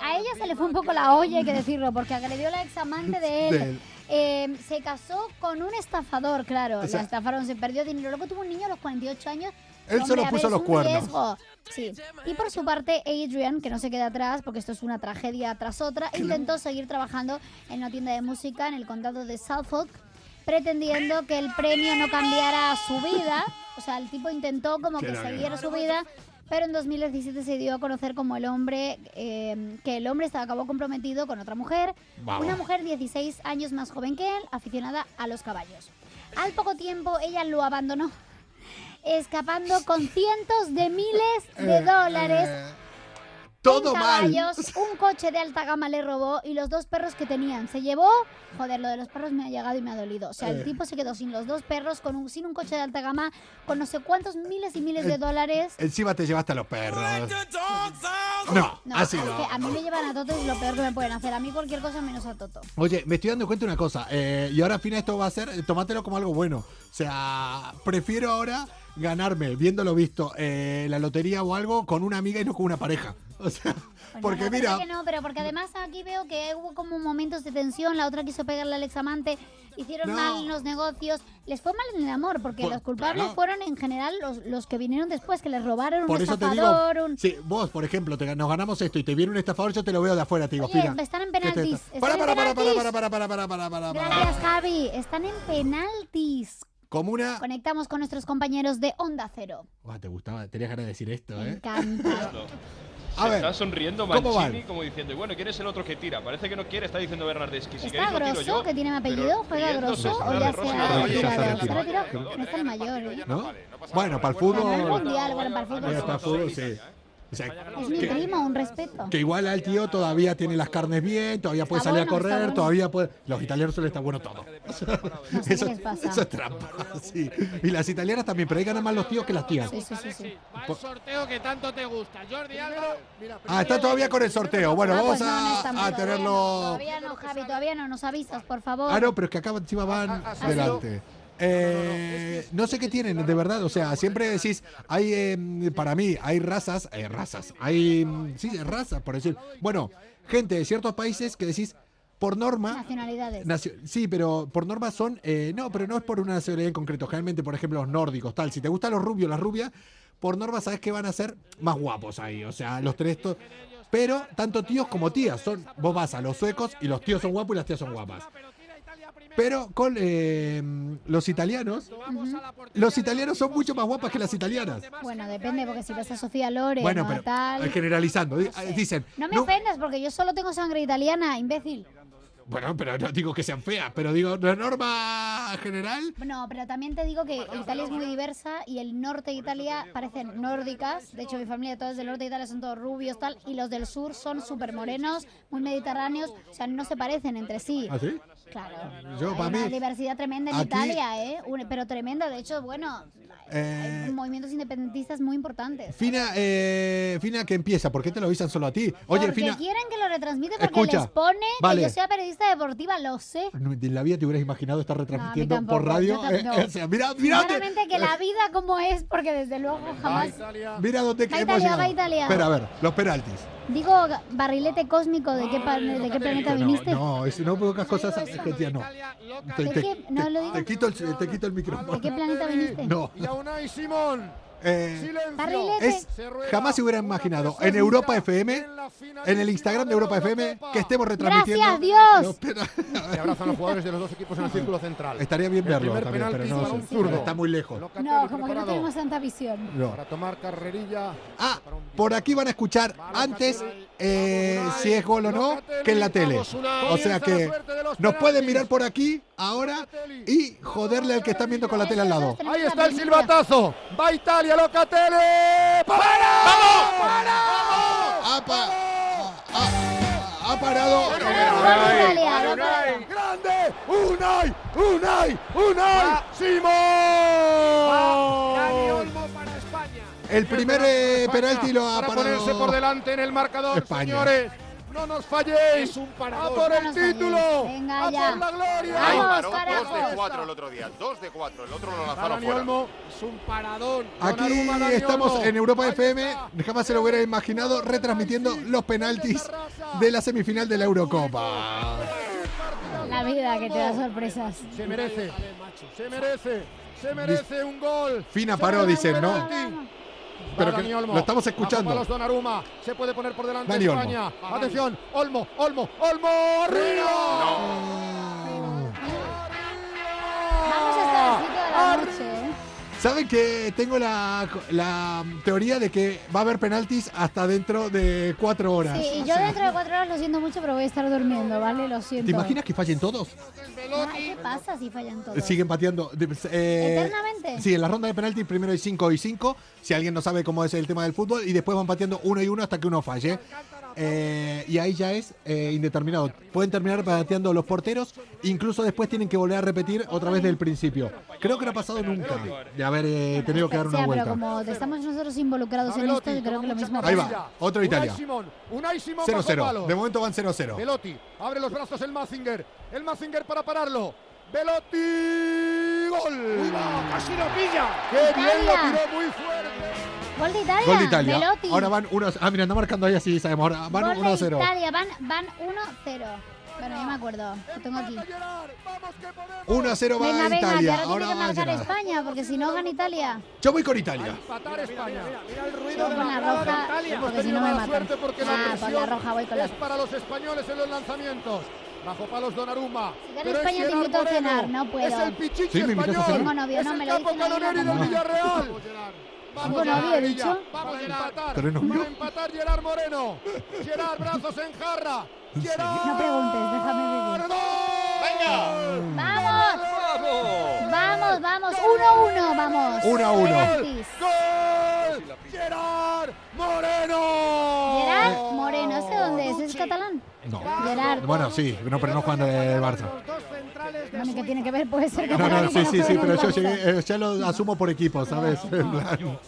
A ella se le fue un poco la olla, hay que decirlo, porque agredió a la ex amante de él. De él. Eh, se casó con un estafador, claro. O sea- la estafaron, se perdió dinero. Luego tuvo un niño a los 48 años. Él solo Hombre, a puso ver, los es un cuernos. riesgo. Sí. Y por su parte, Adrian, que no se queda atrás, porque esto es una tragedia tras otra, intentó seguir trabajando en una tienda de música en el condado de Suffolk, pretendiendo que el premio no cambiara su vida. O sea, el tipo intentó como Qué que larga. siguiera su vida. Pero en 2017 se dio a conocer como el hombre, eh, que el hombre se acabó comprometido con otra mujer, Vamos. una mujer 16 años más joven que él, aficionada a los caballos. Al poco tiempo ella lo abandonó, escapando con cientos de miles de Eh, dólares. eh, todo en mal. caballos, un coche de alta gama le robó y los dos perros que tenían. Se llevó, joder, lo de los perros me ha llegado y me ha dolido. O sea, Eh. el tipo se quedó sin los dos perros, con un, sin un coche de alta gama, con no sé cuántos miles y miles Eh, de dólares. Encima te llevaste a los perros. No, así es Ah, no. que a mí me llevan a Toto es lo peor que me pueden hacer. A mí cualquier cosa menos a Toto. Oye, me estoy dando cuenta de una cosa, eh, y ahora al final esto va a ser, eh, tomátelo como algo bueno. O sea, prefiero ahora ganarme, viéndolo visto, eh, la lotería o algo con una amiga y no con una pareja. O sea, Pues no, porque la mira, verdad que no, pero porque además aquí veo que hubo como momentos de tensión, la otra quiso pegarle al examante, hicieron No. mal los negocios, les fue mal en el amor, porque Por- los culpables claro. fueron en general los, los que vinieron después, que les robaron por un eso te estafador, digo, un... si vos, por ejemplo, te, nos ganamos esto y te viene un estafador, yo te lo veo de afuera, te digo, Oye, mira. están en que te está- penaltis. están Para, en para, para, para, penaltis. para, para, para, para, para, para, para. Gracias, Javi. Están en penaltis. Como una. Conectamos con nuestros compañeros de Onda Cero. Buah, te gustaba, tenías ganas de decir esto, Me ¿eh? encanta. A ver, está sonriendo ¿cómo Mancini van? como diciendo, "Y bueno, ¿quién es el otro que tira? Parece que no quiere, está diciendo Bernardeschi. Si ¿Está queréis, lo tiro grosso? yo. ¿Que tiene mi apellido? ¿Juega riéndose, grosso? ¿O está ya de se rosa. ha No, ya se ha retirado? Se ha retirado. retirado. No es tan mayor, ¿eh? ¿No? bueno, para el fútbol. Ganó el mundial, bueno, para el fútbol. Bueno, para el sí. fútbol, sí. O sea, Es mi que- primo, un respeto. Que igual al tío todavía tiene las carnes bien, todavía puede Está salir Ah, bueno, a correr, está bueno. todavía puede. Los italianos suelen estar bueno todo. No sé qué eso, les pasa. eso es trampa, [laughs] sí. Y las italianas también, pero ahí ganan más los tíos que las tías. Sí, sí, sí, sí. Por- sorteo que tanto te gusta. Jordi Alba. Ah, está todavía con el sorteo. Bueno, Ah, vamos pues no, no a, estamos a todavía, no, tenerlo. Todavía no, Javi, todavía no nos avisas, por favor. Ah, no, pero es que acá encima van ha sido- delante. Eh, no sé qué tienen, de verdad. O sea, siempre decís, hay, eh, para mí, hay razas, eh, razas, hay, mm, sí, razas, por decir. Bueno, gente de ciertos países que decís, por norma, Nacionalidades. Nacio- sí, pero por norma son. eh, no, pero no es por una nacionalidad en concreto. Generalmente, por ejemplo, los nórdicos, tal. Si te gustan los rubios, las rubias, por norma sabes que van a ser más guapos ahí. O sea, los tres. to- Pero tanto tíos como tías. son Vos vas a los suecos y los tíos son guapos y las tías son guapas. Pero con eh, los italianos, los italianos son mucho más guapas que las italianas. Bueno, depende, porque si ves a Sofía Loren Bueno, o a pero tal... eh, generalizando, di- eh, dicen. No me ofendas, porque yo solo tengo sangre italiana, imbécil. Bueno, pero no digo que sean feas, pero digo, la norma general. No, pero también te digo que Italia es muy diversa y el norte de Italia parecen nórdicas. De hecho, mi familia, todos del norte de Italia son todos rubios, tal. Y los del sur son súper morenos, muy mediterráneos. O sea, no se parecen entre sí. ¿Ah, sí? Claro. Yo, Hay para una mí, diversidad tremenda en aquí- Italia, ¿eh? Un- pero tremenda. De hecho, bueno, eh, movimientos independentistas muy importantes. Fina, eh, Fina, que empieza. ¿Por qué te lo avisan solo a ti? Oye, porque Fina, quieren que lo retransmite porque Escucha, les pone vale. que yo sea periodista deportiva, lo sé. en la vida te hubieras imaginado estar retransmitiendo tampoco, por radio. yo tampoco. eh, [laughs] o sea, mira, mira, eh, dónde- Claramente que la vida como es, porque desde luego jamás... mira dónde Va hemos Italia, llegado. va Italia. Espera, a ver, los penaltis. Digo barrilete cósmico, ¿de qué, pa- de qué planeta No, viniste? no, es- no provocas cosas argentinas, no. Te, ¿De te- qué? No, te- lo digo. te quito el, te quito el micrófono. ¿De qué planeta viniste? No. Y a Unai Simón. Eh, Barrilete. es, jamás se hubiera imaginado en Europa FM, en el Instagram de Europa FM, que estemos retransmitiendo. Gracias, Dios. los penaltis. Se abrazan los jugadores de los dos equipos en el círculo central. [laughs] Estaría bien El verlo primer también, pero penalti no, para un se- zurdo. está muy lejos. No, como que no tenemos tanta visión. No. Para tomar carrerilla. Ah, por aquí van a escuchar antes eh, si es gol o no que en la tele. O sea que nos pueden mirar por aquí ahora y joderle al que está viendo con la tele al lado. Ahí está el silbatazo. Va Italia, Locatelli. ¡Para! ¡Vamos! Ha parado. ¡Grande! ¡Unai! ¡Unai! ¡Unai! ¡Simón! El primer eh, penalti lo ha Para parado. ponerse por delante en el marcador, España. señores. No nos falléis. ¡A por el título! Venga, ¡A ya. por la gloria! Vamos, Ahí paró carajo. dos de cuatro el otro día. Dos de cuatro. El otro lo lanzaron Dani fuera. Olmo es un paradón. Aquí Donnarumma, Dani estamos Olmo. en Europa FM, jamás se lo hubiera imaginado, retransmitiendo los penaltis de la semifinal de la Eurocopa. La vida que te da sorpresas. Se merece, se merece, se merece un gol. Fina Se paró, merece un dicen, ¿no? penalti. Va Pero que Dani Olmo. lo estamos A escuchando. palos Donnarumma. Se puede poner por delante Dani Olmo. España. Atención, Olmo, Olmo, Olmo, arriba. Vamos hasta las 7 de la noche, ¿eh? ¿Saben que tengo la, la teoría de que va a haber penaltis hasta dentro de cuatro horas? Sí, y O yo sea, dentro de cuatro horas lo siento mucho, pero voy a estar durmiendo, ¿vale? Lo siento. ¿Te imaginas que fallen todos? Ah, ¿Qué pasa si fallan todos? Siguen pateando. De- eh, ¿Eternamente? Sí, en la ronda de penaltis primero hay 5 y 5, si alguien no sabe cómo es el tema del fútbol, y después van pateando uno y uno hasta que uno falle. Eh, y ahí ya es eh, indeterminado. Pueden terminar bateando los porteros, incluso después tienen que volver a repetir otra vez del principio. Creo que no ha pasado nunca de haber eh, tenido que dar O una sea, ah, pero vuelta. como estamos nosotros involucrados en esto, yo creo que lo mismo Ahí pasa. va, otro Italia. Unai Simón, Unai Simón bajo palo. 0-0. De momento van 0-0. Velotti, abre los brazos el Mazinger. El Mazinger para pararlo. Velotti, gol. casi lo pilla. Qué bien lo Italia. tiró muy fuerte. Gol de Italia. Gol de Italia. Velotti. Ahora van 1 Ah, mira, anda marcando ahí así, sabemos. Ahora van Gol de 1-0. Italia. Van, van 1-0. Bueno, yo me acuerdo. Lo tengo aquí. 1-0 va venga, venga, que Italia. Ahora ahora tiene que no hace marcar nada. España, porque si no gana Italia. Yo voy con Italia. Empatar España. Yo con la roja, porque si no me matan. Ah, con la roja voy con la Es para los españoles en los lanzamientos. Bajo palos Donnarumma. gana Pero es España, te Gerard invito a Moreno. cenar, no puedo. Es el pichichi Sí, me invitas a español. cenar. Tengo novio, es no el me lo capo dice, no digo canoneri nada. del Villarreal. Tengo novio, he Gerard, dicho. Vamos a empatar. ¿Tenés novio? Va a empatar Gerard Moreno. Gerard, brazos en jarra. Gerard. No preguntes, déjame vivir. ¡Vamos! ¡Vamos, vamos! ¡1-1, vamos! 1-1. Penaltis. ¡Gol! ¡Gerard Moreno! Gerard Moreno, ¿sé dónde es? ¿Es catalán? No. Gerard. Bueno, sí, no, pero no jugando del Barça. Bueno, ¿qué tiene que ver? Puede ser No, catalán. no, y sí, sí, que juegue sí, en pero el yo Barça. llegué, eh, ya lo asumo por equipo, ¿sabes? En plan.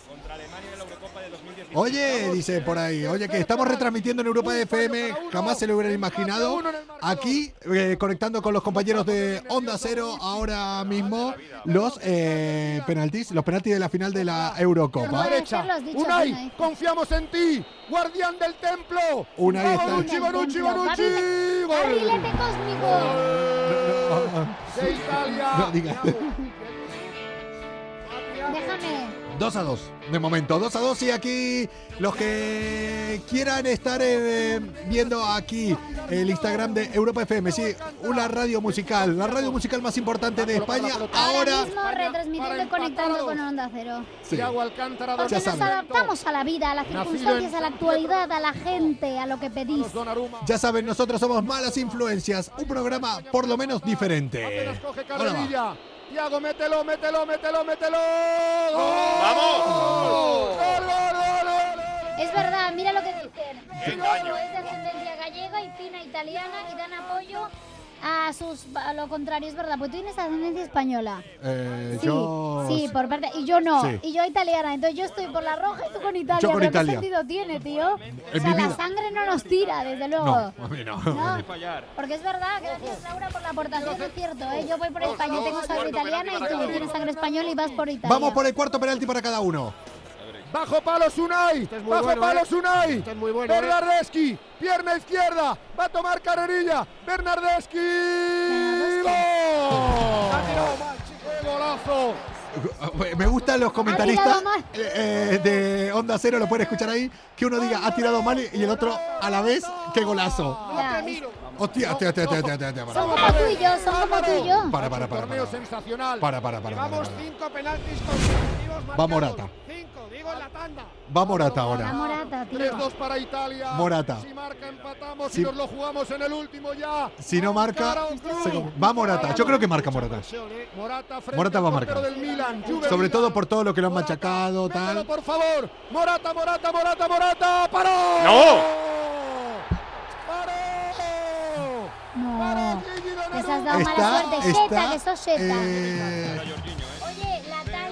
Oye, dice por ahí, oye, que estamos retransmitiendo en Europa FM, jamás se lo hubieran imaginado. Aquí, eh, conectando con los compañeros de Onda Cero, ahora mismo, los eh, penaltis, los penaltis de la final de la Eurocopa. Puede ser los dichos, Unai, Unai. confiamos en ti, guardián del templo. Unai está- Vamos, Bonucci, Bonucci, Bonucci. Barrilete- Gol Barrilete cósmico. [laughs] de Italia. No digas. Déjame. 2 a 2, de momento, 2 a 2 y aquí los que quieran estar eh, viendo aquí el Instagram de Europa FM, sí, una radio musical, la radio musical más importante de España, Ahora ahora mismo retransmitiendo y conectando con Onda Cero. sí, Thiago Alcántara, Porque Ya nos saben. adaptamos a la vida, a las Nacido en circunstancias, a la actualidad, a la gente, a lo que pedís. Donnarumma. ya saben, nosotros somos Malas Influencias, un programa por lo menos diferente. Apenas coge Ahora va. carrerilla. Thiago, mételo, mételo, mételo, mételo. Oh. ¡Vamos! ¡Gol, gol, gol, gol! Es verdad, mira lo que dicen. Qué Thiago engaño. es de ascendencia gallega y fina italiana y dan apoyo a sus a lo contrario, es verdad, pues tú tienes ascendencia española. Eh, Sí, yo, sí, por parte y yo no, Sí. y yo italiana, entonces yo estoy por la roja y tú con Italia, Yo con pero Italia. qué sentido tiene, tío? O En sea, mi la vida. sangre no nos tira, desde no, luego. a mí no. No. Fallar. Porque es verdad, gracias Laura por la aportación, es cierto, ¿eh? yo voy por España, tengo sangre italiana y tú tienes sangre española y vas por Italia. Vamos por el cuarto penalti para cada uno. Bajo palos Unai, es muy bajo bueno, palos eh. Unai. Este es muy bueno, eh. Bernardeschi, pierna izquierda, va a tomar carrerilla. Bernardeschi. ¡Gol! La tiró Maxi, ¡Qué golazo! Me gustan los Ha comentaristas tirado mal. eh, eh, de Onda Cero, lo pueden escuchar ahí, que uno diga ha tirado mal y el otro a la vez, qué golazo. Ya, es- Hostia, hostia, hostia, hostia, hostia, hostia, para, son como tú y yo, son como tú y yo. Para, para, para, Torneo para. sensacional. Para, para, para, para, Llevamos para. cinco penaltis consecutivos marcados. Va Morata. Cinco, digo en la tanda. Va Morata La ahora. morata, tío. 3-2 para Italia. Morata. Si marca, empatamos. Si- Si nos lo jugamos en el último ya. Si no marca, Caro Cruz. se com- va Morata. Yo creo que marca Morata. Morata, frente Morata va a al portero marcar. del Milan, Juve Sobre Milan. todo por todo lo que lo han Morata, machacado, mételo, tal. por favor. Morata, Morata, Morata, Morata. ¡Paró! ¡No! ¡Paró! No. ¡Paró, Gigi Donnarumma! Les has dado mala suerte. Jeta, que sos Jeta. eh, Oye, la Tani,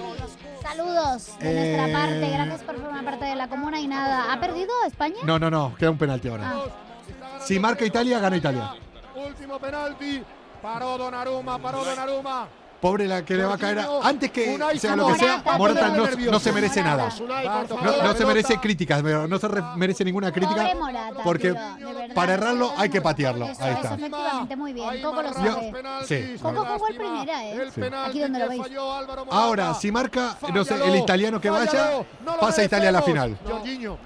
saludos de nuestra Eh, parte. Gracias por formar parte de la comuna y nada. ¿Ha perdido España? no, no, no, queda un penalti ahora. Ah. Si marca Italia, gana Italia. Último penalti. Paró Donnarumma, paró Donnarumma. Pobre la que le va a caer. a- Antes que Unai sea lo que sea, Morata, Morata Morata no, nervioso. no se merece nada. Unai, por favor, No, no la se pelota. merece críticas, pero no se re- merece ninguna crítica. Pobre Morata, porque tío, de verdad. para errarlo hay que patearlo. Eso, Ahí eso, está. efectivamente, muy bien. Ahí Coco lo marcan los sabe. penaltis. Sí. Coco jugó el Lástima. primera, ¿eh? El Sí. penalti Aquí donde lo que veis. falló Álvaro Morata. Ahora, si marca, no sé, el Fállalo, italiano que vaya, fállalo. No lo pasa Italia a la final. merecemos. Jorginho,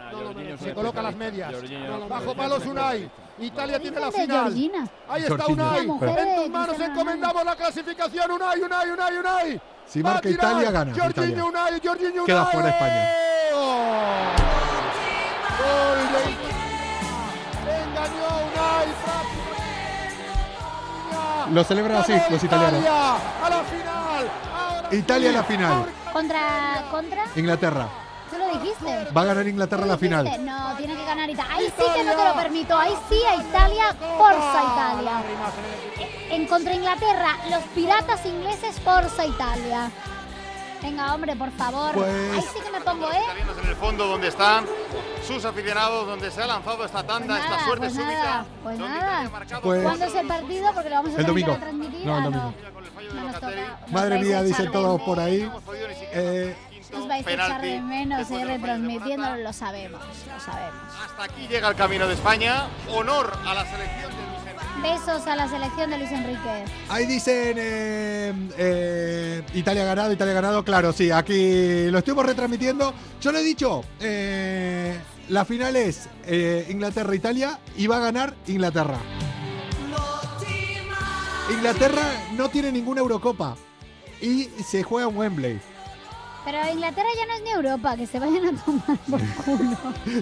se coloca las medias. Jorginho no Bajo palos Unai. Italia tiene la Dicen de final. Georgina. Ahí está Jorginho. Unai. La mujer En de tus manos Cristiano encomendamos la clasificación. Unai, Unai, Unai, Unai. Si Va a marca tirar. Italia, gana Italia. Jorginho, Unai, Jorginho, Unai. Oh. Queda fuera España. Gol de Italia. Engañó a Unai. Frappini. Lo celebran así, Ganó los italianos. Italia A la final. Ahora Italia a la sí, final. porque Contra, contra, Inglaterra. tú lo dijiste. Va a ganar Inglaterra la Dijiste, final. No, tiene que ganar Italia. Ahí sí que no te lo permito. Ahí sí a Italia, Forza Italia. En contra Inglaterra, los piratas ingleses, Forza Italia. Venga, hombre, por favor. Pues- Ahí sí que me pongo, ¿eh? Italianos en el fondo donde están sus aficionados, donde se ha lanzado esta tanda, Nada, esta suerte pues súbita. nada, pues nada. Pues- ¿Cuándo es el partido? Porque lo vamos a El tener que domingo. retransmitir. No, Ah, el domingo. No nos toca. Nos Madre vais a mía, echar dicen de todos menos. por ahí. Eh, Nos vais a echar de menos, eh, retransmitiéndolo, lo sabemos, lo sabemos. Aquí llega el camino de España. Honor a la selección de Luis Enrique. Besos a la selección de Luis Enrique. Ahí dicen eh, eh, Italia ganado, Italia ganado. Claro, sí, aquí lo estuvimos retransmitiendo. Yo lo he dicho, eh, la final es eh, Inglaterra-Italia y va a ganar Inglaterra. Inglaterra no tiene ninguna Eurocopa y se juega en Wembley. [laughs] Pero Inglaterra ya no es ni Europa, que se vayan a tomar [laughs] por culo.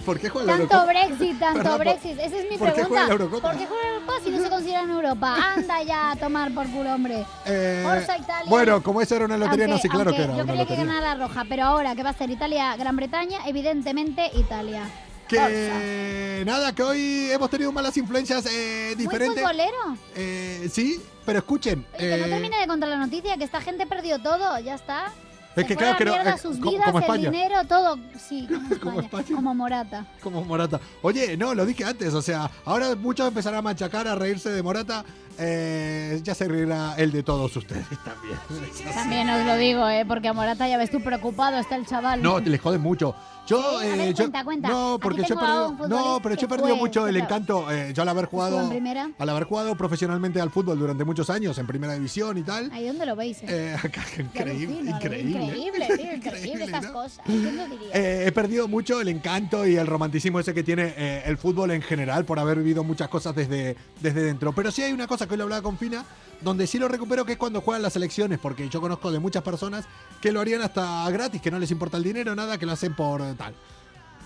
¿Por qué juega la Tanto Eurocopa? Brexit, tanto Perdón, por- Brexit. Esa es mi ¿por qué pregunta. juega la Eurocopa? ¿Por qué juega la Eurocopa si no se consideran Europa? Anda ya a tomar por culo, hombre. Eh, Forza Italia. Bueno, como eso era una lotería, no Aunque- sé, claro aunque que era Yo una quería que lotería. ganara la roja, pero ahora, ¿qué va a ser? Italia, Gran Bretaña, evidentemente Italia. Que nada, que hoy hemos tenido malas influencias eh, Muy diferentes. futbolero. Eh, sí, pero escuchen. Oye, que no eh, termine de contar la noticia, que esta gente perdió todo, ya está. es que Fue a claro la que no, mierda eh, sus co- vidas, como el España. dinero, todo. [laughs] Sí, como España. Como como, España. Morata. Como Morata. Oye, no, lo dije antes, o sea, ahora muchos empezarán a machacar, a reírse de Morata. eh, ya se reirá el de todos [laughs] ustedes también. También os lo digo, ¿eh? porque a Morata ya ves tú preocupado, está el chaval. No, te les jode mucho. Yo, Sí, a ver, eh, yo- cuenta, cuenta. no, Aquí porque yo he tengo a perdido, un no, futbolista pero yo he que perdido fue- mucho el que fue- encanto. eh, yo al haber jugado, en primera. al haber jugado profesionalmente al fútbol durante muchos años en primera división y tal, Ahí donde lo veis. eh? eh, [laughs] acá, increíble, Alucino, eh, increíble. Increíble, tío, increíble estas cosas. ¿Quién lo diría? Eh, he perdido mucho el encanto y el romanticismo ese que tiene eh, el fútbol en general por haber vivido muchas cosas desde, desde dentro. Pero sí hay una cosa que hoy lo hablaba con Fina, donde sí lo recupero, que es cuando juegan las elecciones, porque yo conozco de muchas personas que lo harían hasta gratis, que no les importa el dinero, nada, que lo hacen por eh, tal.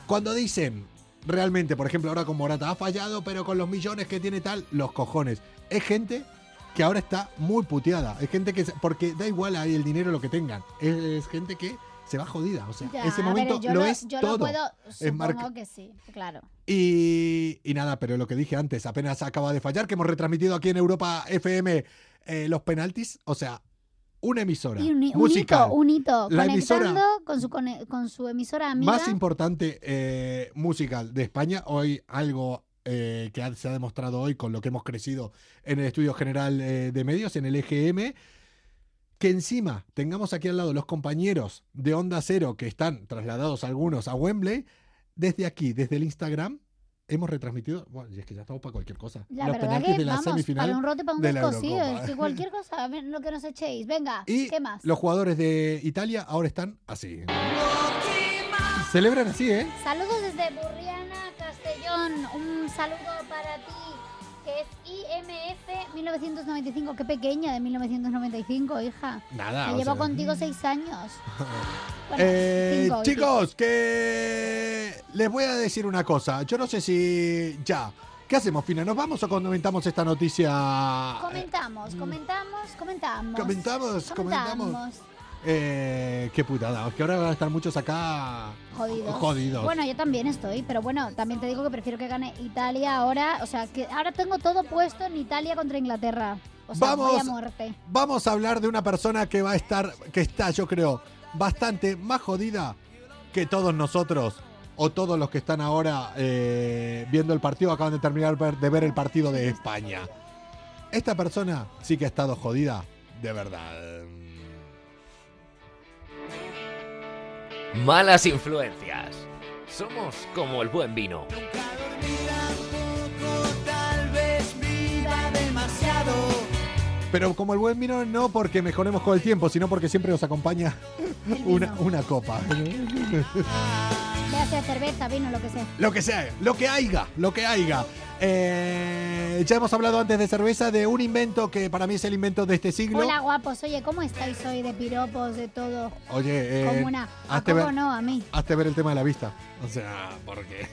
Cuando dicen, realmente, por ejemplo, ahora con Morata ha fallado, pero con los millones que tiene tal, los cojones. Es gente que ahora está muy puteada. Es gente que. se- Porque da igual ahí el dinero lo que tengan. Es, es gente que se va jodida. O sea, ese Ya, a ver, este momento yo lo, es yo todo. Lo puedo, Es supongo marca- que sí, claro. y, y nada, pero lo que dije antes, apenas acaba de fallar, que hemos retransmitido aquí en Europa FM eh, los penaltis. O sea, una emisora. Y un, hi- un musical, hito, un hito. La conectando emisora con, su, cone- con su emisora amiga. más importante eh, musical de España. Hoy algo eh, que ha- se ha demostrado hoy con lo que hemos crecido en el Estudio General eh, de Medios, en el EGM. Que encima tengamos aquí al lado los compañeros de Onda Cero que están trasladados algunos a Wembley. Desde aquí, desde el Instagram, hemos retransmitido. Bueno, y es que ya estamos para cualquier cosa. la los verdad penaltis que, de la vamos, semifinal. para un rote, para un de la descosido, Eurocopa. ¿eh? es que cualquier cosa, a ver, lo que nos echéis. Venga, Y ¿qué más? los jugadores de Italia ahora están así. Celebran así, ¿eh? Saludos desde Burriana, Castellón. Un saludo para ti, que es IMF 1995. Qué pequeña de 1995, hija. Nada. Me Ah, o llevo sea. contigo [laughs] seis años. Bueno, Eh, cinco, chicos, que les voy a decir una cosa. Yo no sé si ya. ¿Qué hacemos, Fina? ¿Nos vamos o comentamos esta noticia? Comentamos, comentamos, comentamos. Comentamos, comentamos. Comentamos. Eh, qué putada. Que ahora van a estar muchos acá Jodidos. Jodidos. Bueno, yo también estoy, pero bueno, también te digo que prefiero que gane Italia ahora. O sea, que ahora tengo todo puesto en Italia contra Inglaterra. O sea, Vamos. voy a muerte. Vamos a hablar de una persona que va a estar, que está, yo creo, bastante más jodida que todos nosotros o todos los que están ahora eh, viendo el partido, acaban de terminar ver- de ver el partido de España. Esta persona sí que ha estado jodida, de verdad. Malas influencias. Somos como el buen vino. Tal vez viva demasiado. Pero como el buen vino, no porque mejoremos con el tiempo, sino porque siempre nos acompaña una, una copa. Ya sea cerveza, vino, lo que sea. Lo que sea, lo que haya, lo que haya. Eh, ya hemos hablado antes de cerveza, de un invento que para mí es el invento de este siglo. Hola, guapos. Oye, ¿cómo estáis hoy de piropos, de todo? Oye, eh, Como una. ¿A hazte, Coco ver, no? A mí. hazte [laughs] ver el tema de la vista. O sea, porque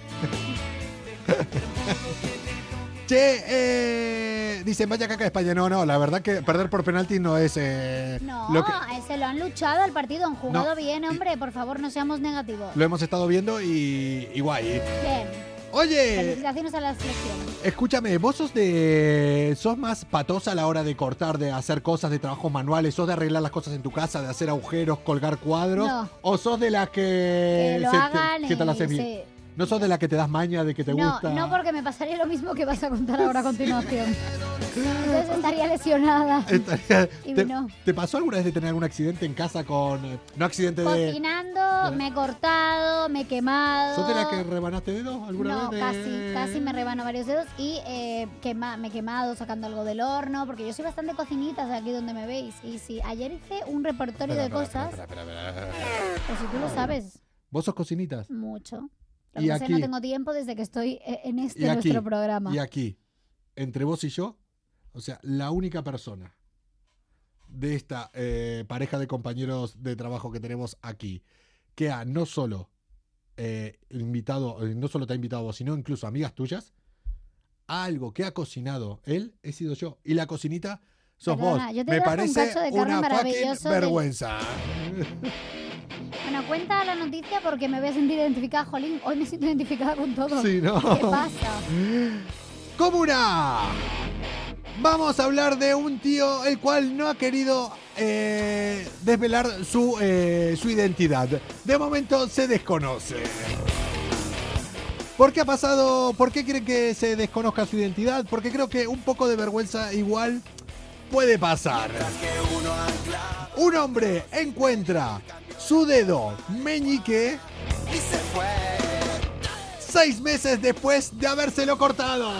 Che, eh, dicen, vaya caca España. No, no, la verdad que perder por penalti no es eh, No, lo que eh, se lo han luchado al partido, han jugado bien, hombre. Por favor, no seamos negativos. lo hemos estado viendo y, y guay. Bien. Oye, Felicitaciones a la selección. escúchame, vos sos de. sos más patosa a la hora de cortar, de hacer cosas, de trabajos manuales, sos de arreglar las cosas en tu casa, de hacer agujeros, colgar cuadros, No. o sos de las que. Que lo se- hagan que te y las haces bien? se- No sos de las que te das maña, de que te no, gusta. no porque me pasaría lo mismo que vas a contar ahora [laughs] a continuación. Entonces estaría lesionada. Estaría- Y ¿Te, no. te pasó alguna vez de tener algún accidente en casa con. eh, No accidente de. Cocinando, me he cortado, me he quemado. ¿Sos de la que rebanaste dedos alguna No, vez? casi, casi me rebano varios dedos y eh, quema- me he quemado sacando algo del horno, porque yo soy bastante cocinita, o sea, aquí donde me veis. Y si ayer hice un repertorio de cosas, pues si tú lo sabes ¿Vos sos cocinitas? mucho. Lo Y que pasa es que no aquí. tengo tiempo desde que estoy eh, en este Y aquí, nuestro programa. Y aquí, entre vos y yo, o sea, la única persona de esta eh, pareja de compañeros de trabajo que tenemos aquí, que ha no solo eh, invitado, eh, no solo te ha invitado a vos, sino incluso amigas tuyas, algo que ha cocinado él, he sido yo. Y la cocinita sos Perdona, vos. yo te Me traje un parece cacho de carne una maravilloso fucking del- vergüenza. Bueno, cuenta la noticia porque me voy a sentir identificada, Jolín. Hoy me siento identificada con todo. Sí, ¿no? ¿Qué [laughs] pasa? ¡Comuna! Vamos a hablar de un tío el cual no ha querido eh, desvelar su, eh, su identidad. De momento se desconoce. ¿Por qué ha pasado? ¿Por qué quieren que se desconozca su identidad? Porque creo que un poco de vergüenza igual puede pasar. Un hombre encuentra su dedo meñique seis meses después de habérselo cortado.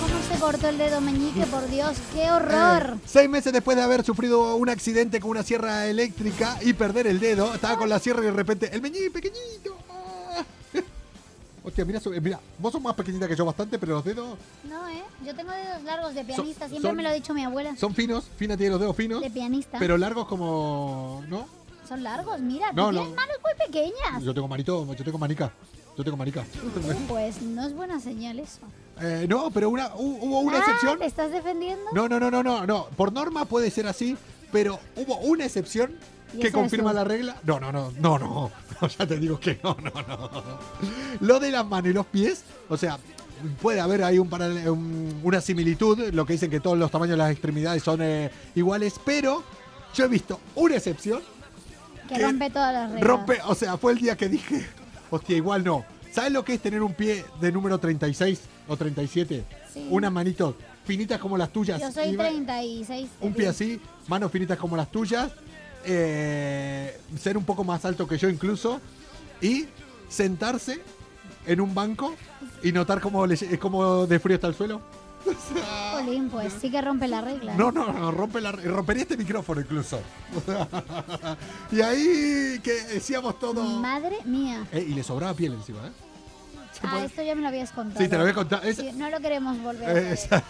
¿Cómo se cortó el dedo meñique? Por Dios, qué horror. Eh, seis meses después de haber sufrido un accidente con una sierra eléctrica y perder el dedo, estaba con la sierra y de repente el meñique pequeñito. [laughs] ah. Hostia, mira, eh, mira, vos sos más pequeñita que yo bastante, pero los dedos No, ¿eh? Yo tengo dedos largos de pianista, Son- siempre son- me lo ha dicho mi abuela. son finos, Fina tiene los dedos finos, de pianista. pero largos como, ¿no? Son largos, mira, No, tú no. tienes manos muy pequeñas. Yo tengo manito, yo tengo manica, yo tengo manica. [laughs] Pues no es buena señal eso. Eh, no, pero una, hu- hubo una Ah, excepción. ¿Te estás defendiendo? No, no, no, no, no, no. Por norma puede ser así, pero hubo una excepción Y que esa eres confirma tú. la regla. No, no, no, no, no. [laughs] No, Ya te digo que no, no, no. Lo de las manos y los pies, o sea, puede haber ahí un paral- un- una similitud, lo que dicen que todos los tamaños de las extremidades son eh, iguales, pero yo he visto una excepción. Que ¿Qué? rompe todas las reglas. Rompe, o sea, fue el día que dije, hostia, igual no. ¿Sabes lo que es tener un pie de número 36 o 37? Sí. Unas manitos finitas como las tuyas. Yo soy y va- 36. un pie así, manos finitas como las tuyas, eh, ser un poco más alto que yo incluso, y sentarse en un banco y notar cómo, le- eh, cómo de frío está el suelo. Jolín, pues sí que rompe la regla. No, no, no, rompe la- rompería este micrófono incluso. [laughs] y ahí que decíamos todo. Madre mía. Eh, y le sobraba piel encima, ¿eh? Ah, esto ya me lo habías contado. Sí, te lo había contado. Es- Sí, no lo queremos volver a ver. Esa-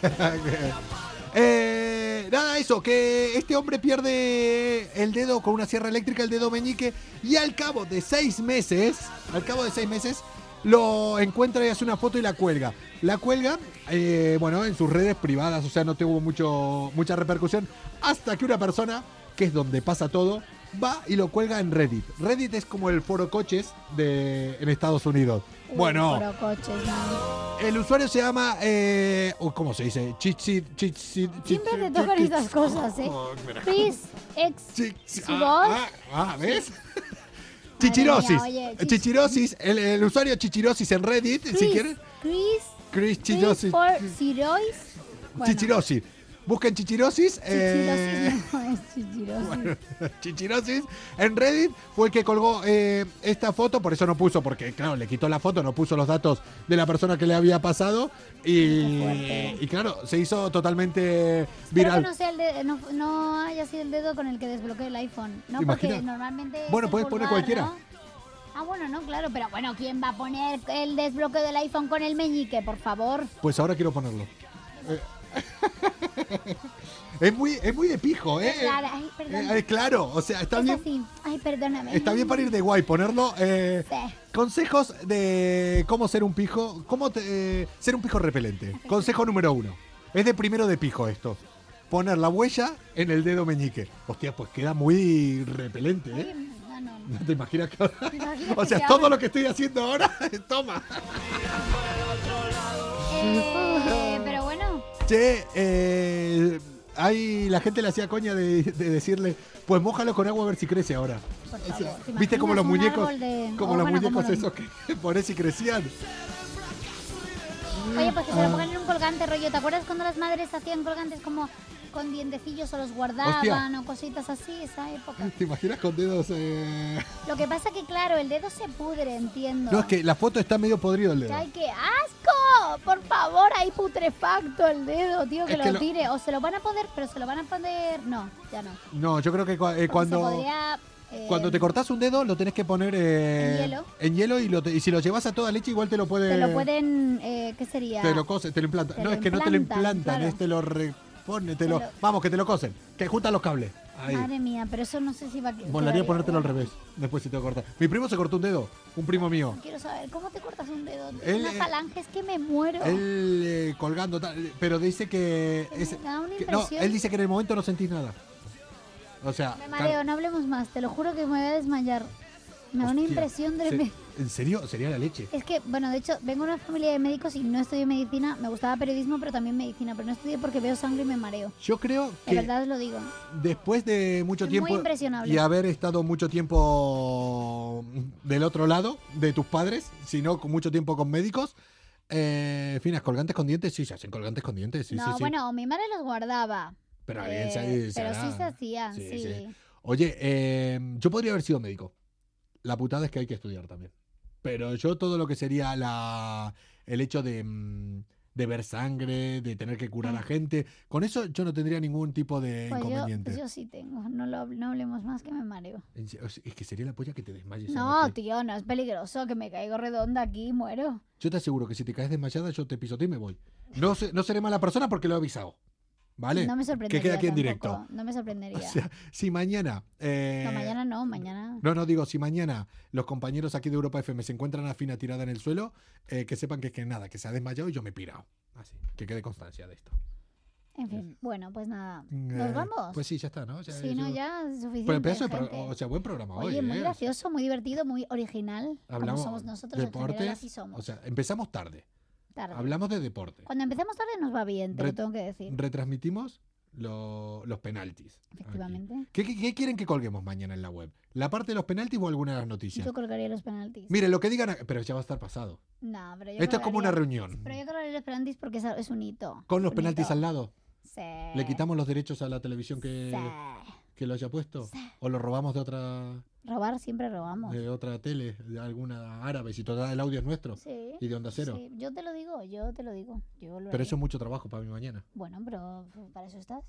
Eh, nada, eso, que este hombre pierde el dedo con una sierra eléctrica, el dedo meñique, y al cabo de seis meses, al cabo de seis meses, lo encuentra y hace una foto y la cuelga. La cuelga, eh, bueno, en sus redes privadas, o sea, no tuvo mucho, mucha repercusión, hasta que una persona, que es donde pasa todo, va y lo cuelga en Reddit. Reddit es como el foro coches de, en Estados Unidos. Uy, bueno, pero coches, no. el usuario se llama. Eh, uy, ¿Cómo se dice? Chichit. Chichit. Siempre te tocan estas cosas, ¿eh? Oh, Pis, ex, su voz. Ah, ah, ah, ¿ves? [laughs] Chichirosis. Madre mía, oye, chich- Chichirosis. El, el usuario Chichirosis en Reddit, si Chris, quieren. Chris, Chris Chris Chichirosis. for Sirois. Bueno, Chichirosis. Busquen Chichirosis. eh, Chichirosis no [laughs] es Chichirosis. [laughs] Chichirosis en Reddit fue el que colgó eh, esta foto, por eso no puso, porque claro, le quitó la foto, no puso los datos de la persona que le había pasado y, y, claro, se hizo totalmente Espero que viral. no, sea el de- no, no haya sido el dedo con el que desbloqueé el iPhone. No, ¿Te porque imaginas? normalmente. es Bueno, el puedes poner pulgar, cualquiera. ¿no? Ah, bueno, no, claro, pero bueno, ¿quién va a poner el desbloqueo del iPhone con el meñique, por favor? Pues ahora quiero ponerlo. Eh, [laughs] Es muy, es muy de pijo, ¿eh? Es rara, ay, perdón. Eh, eh, claro, o sea, está Es bien, así. Ay, perdóname. está bien para ir de guay, ponerlo. eh, Sí. Consejos de cómo ser un pijo, cómo te- eh, ser un pijo repelente. Consejo número uno. Es de primero de pijo esto. Poner la huella en el dedo meñique. Hostia, pues queda muy repelente, ¿eh? No, no, ¿No te imaginas que ahora? Imagínate [laughs] O sea, que todo ahora- lo que estoy haciendo ahora, [laughs] toma. Eh, pero bueno, Che, eh, hay, la gente le hacía coña de, de decirle, pues mójalo con agua a ver si crece ahora. por O sea, favor. ¿te ¿Viste como imaginas los un muñecos, árbol de- como o, los bueno, muñecos los- esos que [laughs] ponés y crecían? Oye, pues que se Ah. lo pongan en un colgante rollo. ¿Te acuerdas cuando las madres hacían colgantes como con dientecillos o los guardaban Hostia. o cositas así? Esa época. ¿Te imaginas con dedos? eh? Lo que pasa que, claro, el dedo se pudre, entiendo. No, es que la foto está medio podrido el dedo. ¡Ay, qué asco! Por favor, hay putrefacto el dedo, tío, que Es lo que lo- tire. O se lo van a poder, pero se lo van a poner... No, ya no. No, yo creo que cua- eh, Porque cuando... Se podría... eh, Cuando te cortás un dedo, lo tenés que poner eh, En hielo. en hielo y, lo te- y si lo llevas a toda leche, igual te lo puede. Te lo pueden... eh, ¿Qué sería? Te lo cose, te lo implantan. Te no, lo es que no te lo implantan, implantan, claro. es te lo repone, te Te lo. lo- Vamos, que te lo cosen. Que juntan los cables. Ahí. Madre mía, pero eso no sé si va a... Volaría quedaría ponértelo al bueno. revés, después si te lo cortas. Mi primo se cortó un dedo, un primo mío. Quiero saber, ¿cómo te cortas un dedo? Él, Una eh, falange, es que me muero. Él eh, colgando, tal, eh, pero dice que. es- da una que- no, impresión. él dice que en el momento no sentís nada. O sea. Me car- mareo, no hablemos más, te lo juro que me voy a desmayar. Me da una Hostia, impresión se- tremenda. ¿En serio? Sería la leche. Es que, bueno, de hecho, vengo de una familia de médicos y no estudié medicina. Me gustaba periodismo, pero también medicina. Pero no estudié porque veo sangre y me mareo. Yo creo De que verdad os lo digo. después de mucho Es muy tiempo impresionable. y haber estado mucho tiempo del otro lado de tus padres, sino con mucho tiempo con médicos, eh, finas colgantes con dientes, sí, se hacen colgantes con dientes, sí, no, sí, sí. bueno, mi madre los guardaba. pero Eh, bien, se- se pero sí hará. se hacían, Sí, sí. sí. Oye, eh, yo podría haber sido médico. La putada es que hay que estudiar también. Pero yo todo lo que sería la, el hecho de, mm, de ver sangre, de tener que curar a gente, con eso yo no tendría ningún tipo de Mm. Pues yo, inconveniente. yo sí tengo. No, lo, hable- no hablemos más que me mareo. En se- o sea, Es que sería la polla que te desmayes. No, Ana, que- tío, no es peligroso que me caigo redonda aquí y muero. Yo te aseguro que si te caes desmayada, yo te pisoteo y me voy. No, se- no seré mala persona porque lo he avisado. ¿Vale? No me sorprendería. Que queda aquí en tampoco, directo. No me sorprendería. O sea, si mañana. eh, no, mañana no, mañana. No, no, digo, si mañana los compañeros aquí de Europa FM se encuentran a Fina tirada en el suelo, eh, que sepan que es que nada, que se ha desmayado y yo me he pirado. Así, que quede constancia de esto. En fin, bueno, pues nada. Eh, ¿Nos vamos? Pues sí, ya está, ¿no? Ya- si no, yo- ya es suficiente. Pero pedazo de pro- gente. o sea, buen programa hoy. Oye, muy eh. gracioso, muy divertido, muy original. Hablamos como somos nosotros, en deportes. general así somos. O sea, empezamos tarde. tarde. Hablamos de deporte. Cuando empezamos tarde nos va bien, te Re- lo tengo que decir. Retransmitimos lo- los penaltis. aquí. Efectivamente. ¿Qué, qué, qué quieren que colguemos mañana en la web? ¿La parte de los penaltis o alguna de las noticias? Yo colgaría los penaltis. Miren, lo que digan... Pero ya va a estar pasado. No, pero yo Esto es como una colgaría- reunión. Pero yo colgaría los penaltis porque es, es un hito. Con los un penaltis hito. al lado. Sí. ¿Le quitamos los derechos a la televisión que, Eh. sí. que lo haya puesto? ¿O lo robamos de otra Robar, siempre robamos. de otra tele, de alguna árabe, si total el audio es nuestro? Sí. Y de onda cero. Sí, Yo te lo digo, yo te lo digo. Yo lo Pero haría. eso es mucho trabajo para mí mañana. Bueno, pero pues, para eso estás.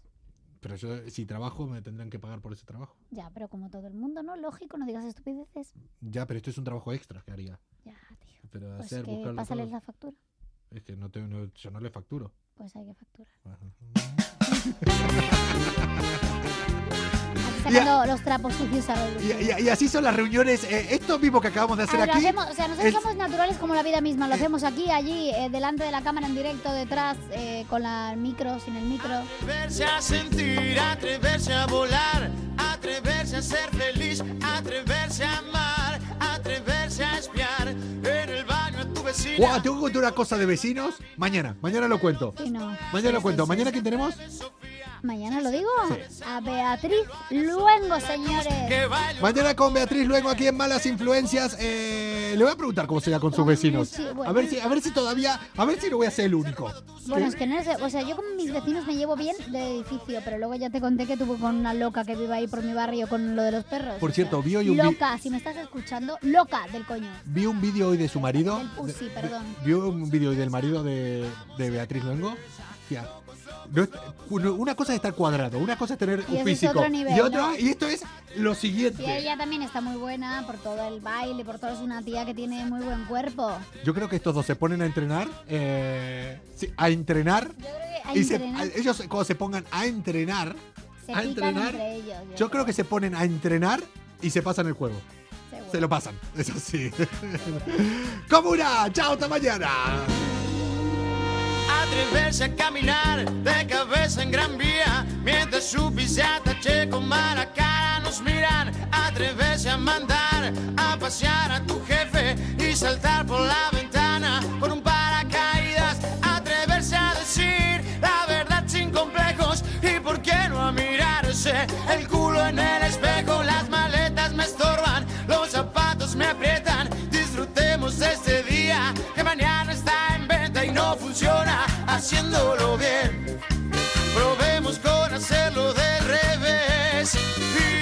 Pero yo, si trabajo, me tendrán que pagar por ese trabajo. Ya, pero como todo el mundo, ¿no? Lógico, no digas estupideces. Ya, pero esto es un trabajo extra que haría. Ya, tío. Pero Pues hacer, que buscarlo pásales todo. la factura. Es que no te- no- yo no le facturo. Pues hay que facturar. Ajá. Aquí Y a- sacando los trapos sucios a la luz. Y, y- y así son las reuniones. eh, esto mismo que acabamos de hacer Ah, lo aquí. hacemos, o sea, es- nosotros somos naturales como la vida misma. Lo hacemos aquí, allí, eh, delante de la cámara en directo, detrás, eh, con la el micro, sin el micro. Atreverse a sentir, atreverse a volar, atreverse a ser feliz, atreverse a amar, atreverse a espiar en el baño a tu vecina. Guau, tengo que contar una cosa de vecinos. Mañana, mañana lo cuento. Y no. Mañana lo cuento. ¿Mañana quién tenemos? Mañana lo digo a Beatriz Luengo, señores. Mañana con Beatriz luego aquí en Malas Influencias. eh, le voy a preguntar cómo será con sus vecinos. Sí, bueno. A ver si, a ver si todavía, a ver si no voy a ser el único. Bueno, es que no sé, o sea, yo con mis vecinos me llevo bien de edificio, pero luego ya te conté que tuve con una loca que vive ahí por mi barrio con lo de los perros. Por o cierto, sea, vi hoy un vi- Loca, si me estás escuchando, loca del coño. Vi un vídeo hoy de su marido. Del pussy, perdón. Vi un vídeo hoy del marido de, de Beatriz Luengo. Tía, No es- uno- una cosa es estar cuadrado, una cosa es tener Y un ese es físico. otro nivel, y otra, ¿no? y esto es lo siguiente. Y ella también está muy buena por todo el baile, por todo. Es una tía que tiene muy buen cuerpo. Yo creo que estos dos se ponen a entrenar. eh, sí, a entrenar. a y se- entrenar. a- ellos cuando se pongan a entrenar, Se a pican entrenar. entre ellos. yo Yo creo que se ponen a entrenar y se pasan el juego. Seguro. Se lo pasan, eso sí. [laughs] Comuna, chao, hasta mañana. Atreverse a caminar de cabeza en Gran Vía Mientras su pisata checo mala cara nos miran Atreverse a mandar a pasear a tu jefe Y saltar por la ventana por un paracaídas Atreverse a decir la verdad sin complejos Y por qué no a mirarse el culo en el espejo Las maletas me estorban, los zapatos me aprietan Disfrutemos de este día que mañana está en venta y no funciona haciéndolo bien. Probemos con hacerlo de revés.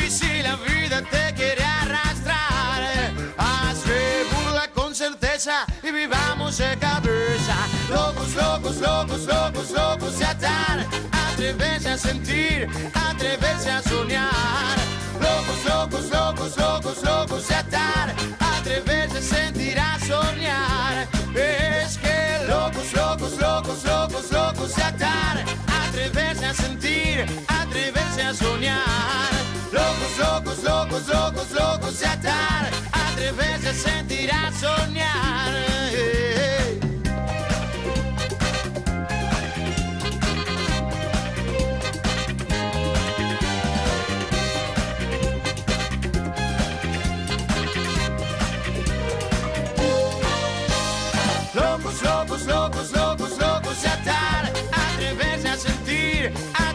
Y si la vida te quiere arrastrar, eh, hazle burla con certeza y vivamos de cabeza. Locos, locos, locos, locos, locos de atar. Atreverse a sentir, atreverse a soñar. Locos, locos, locos, locos, locos de atar. Atreverse a sentir, a soñar. Es que locos, locos, locos, locos, locos de atar. Atreverse a sentir, atreverse a soñar. Locos, locos, locos, locos, locos de atar. Atreverse a sentir, a soñar. Eh, eh, eh. Locos, locos, locos, locos, locos de atar. Atreverse a sentir, a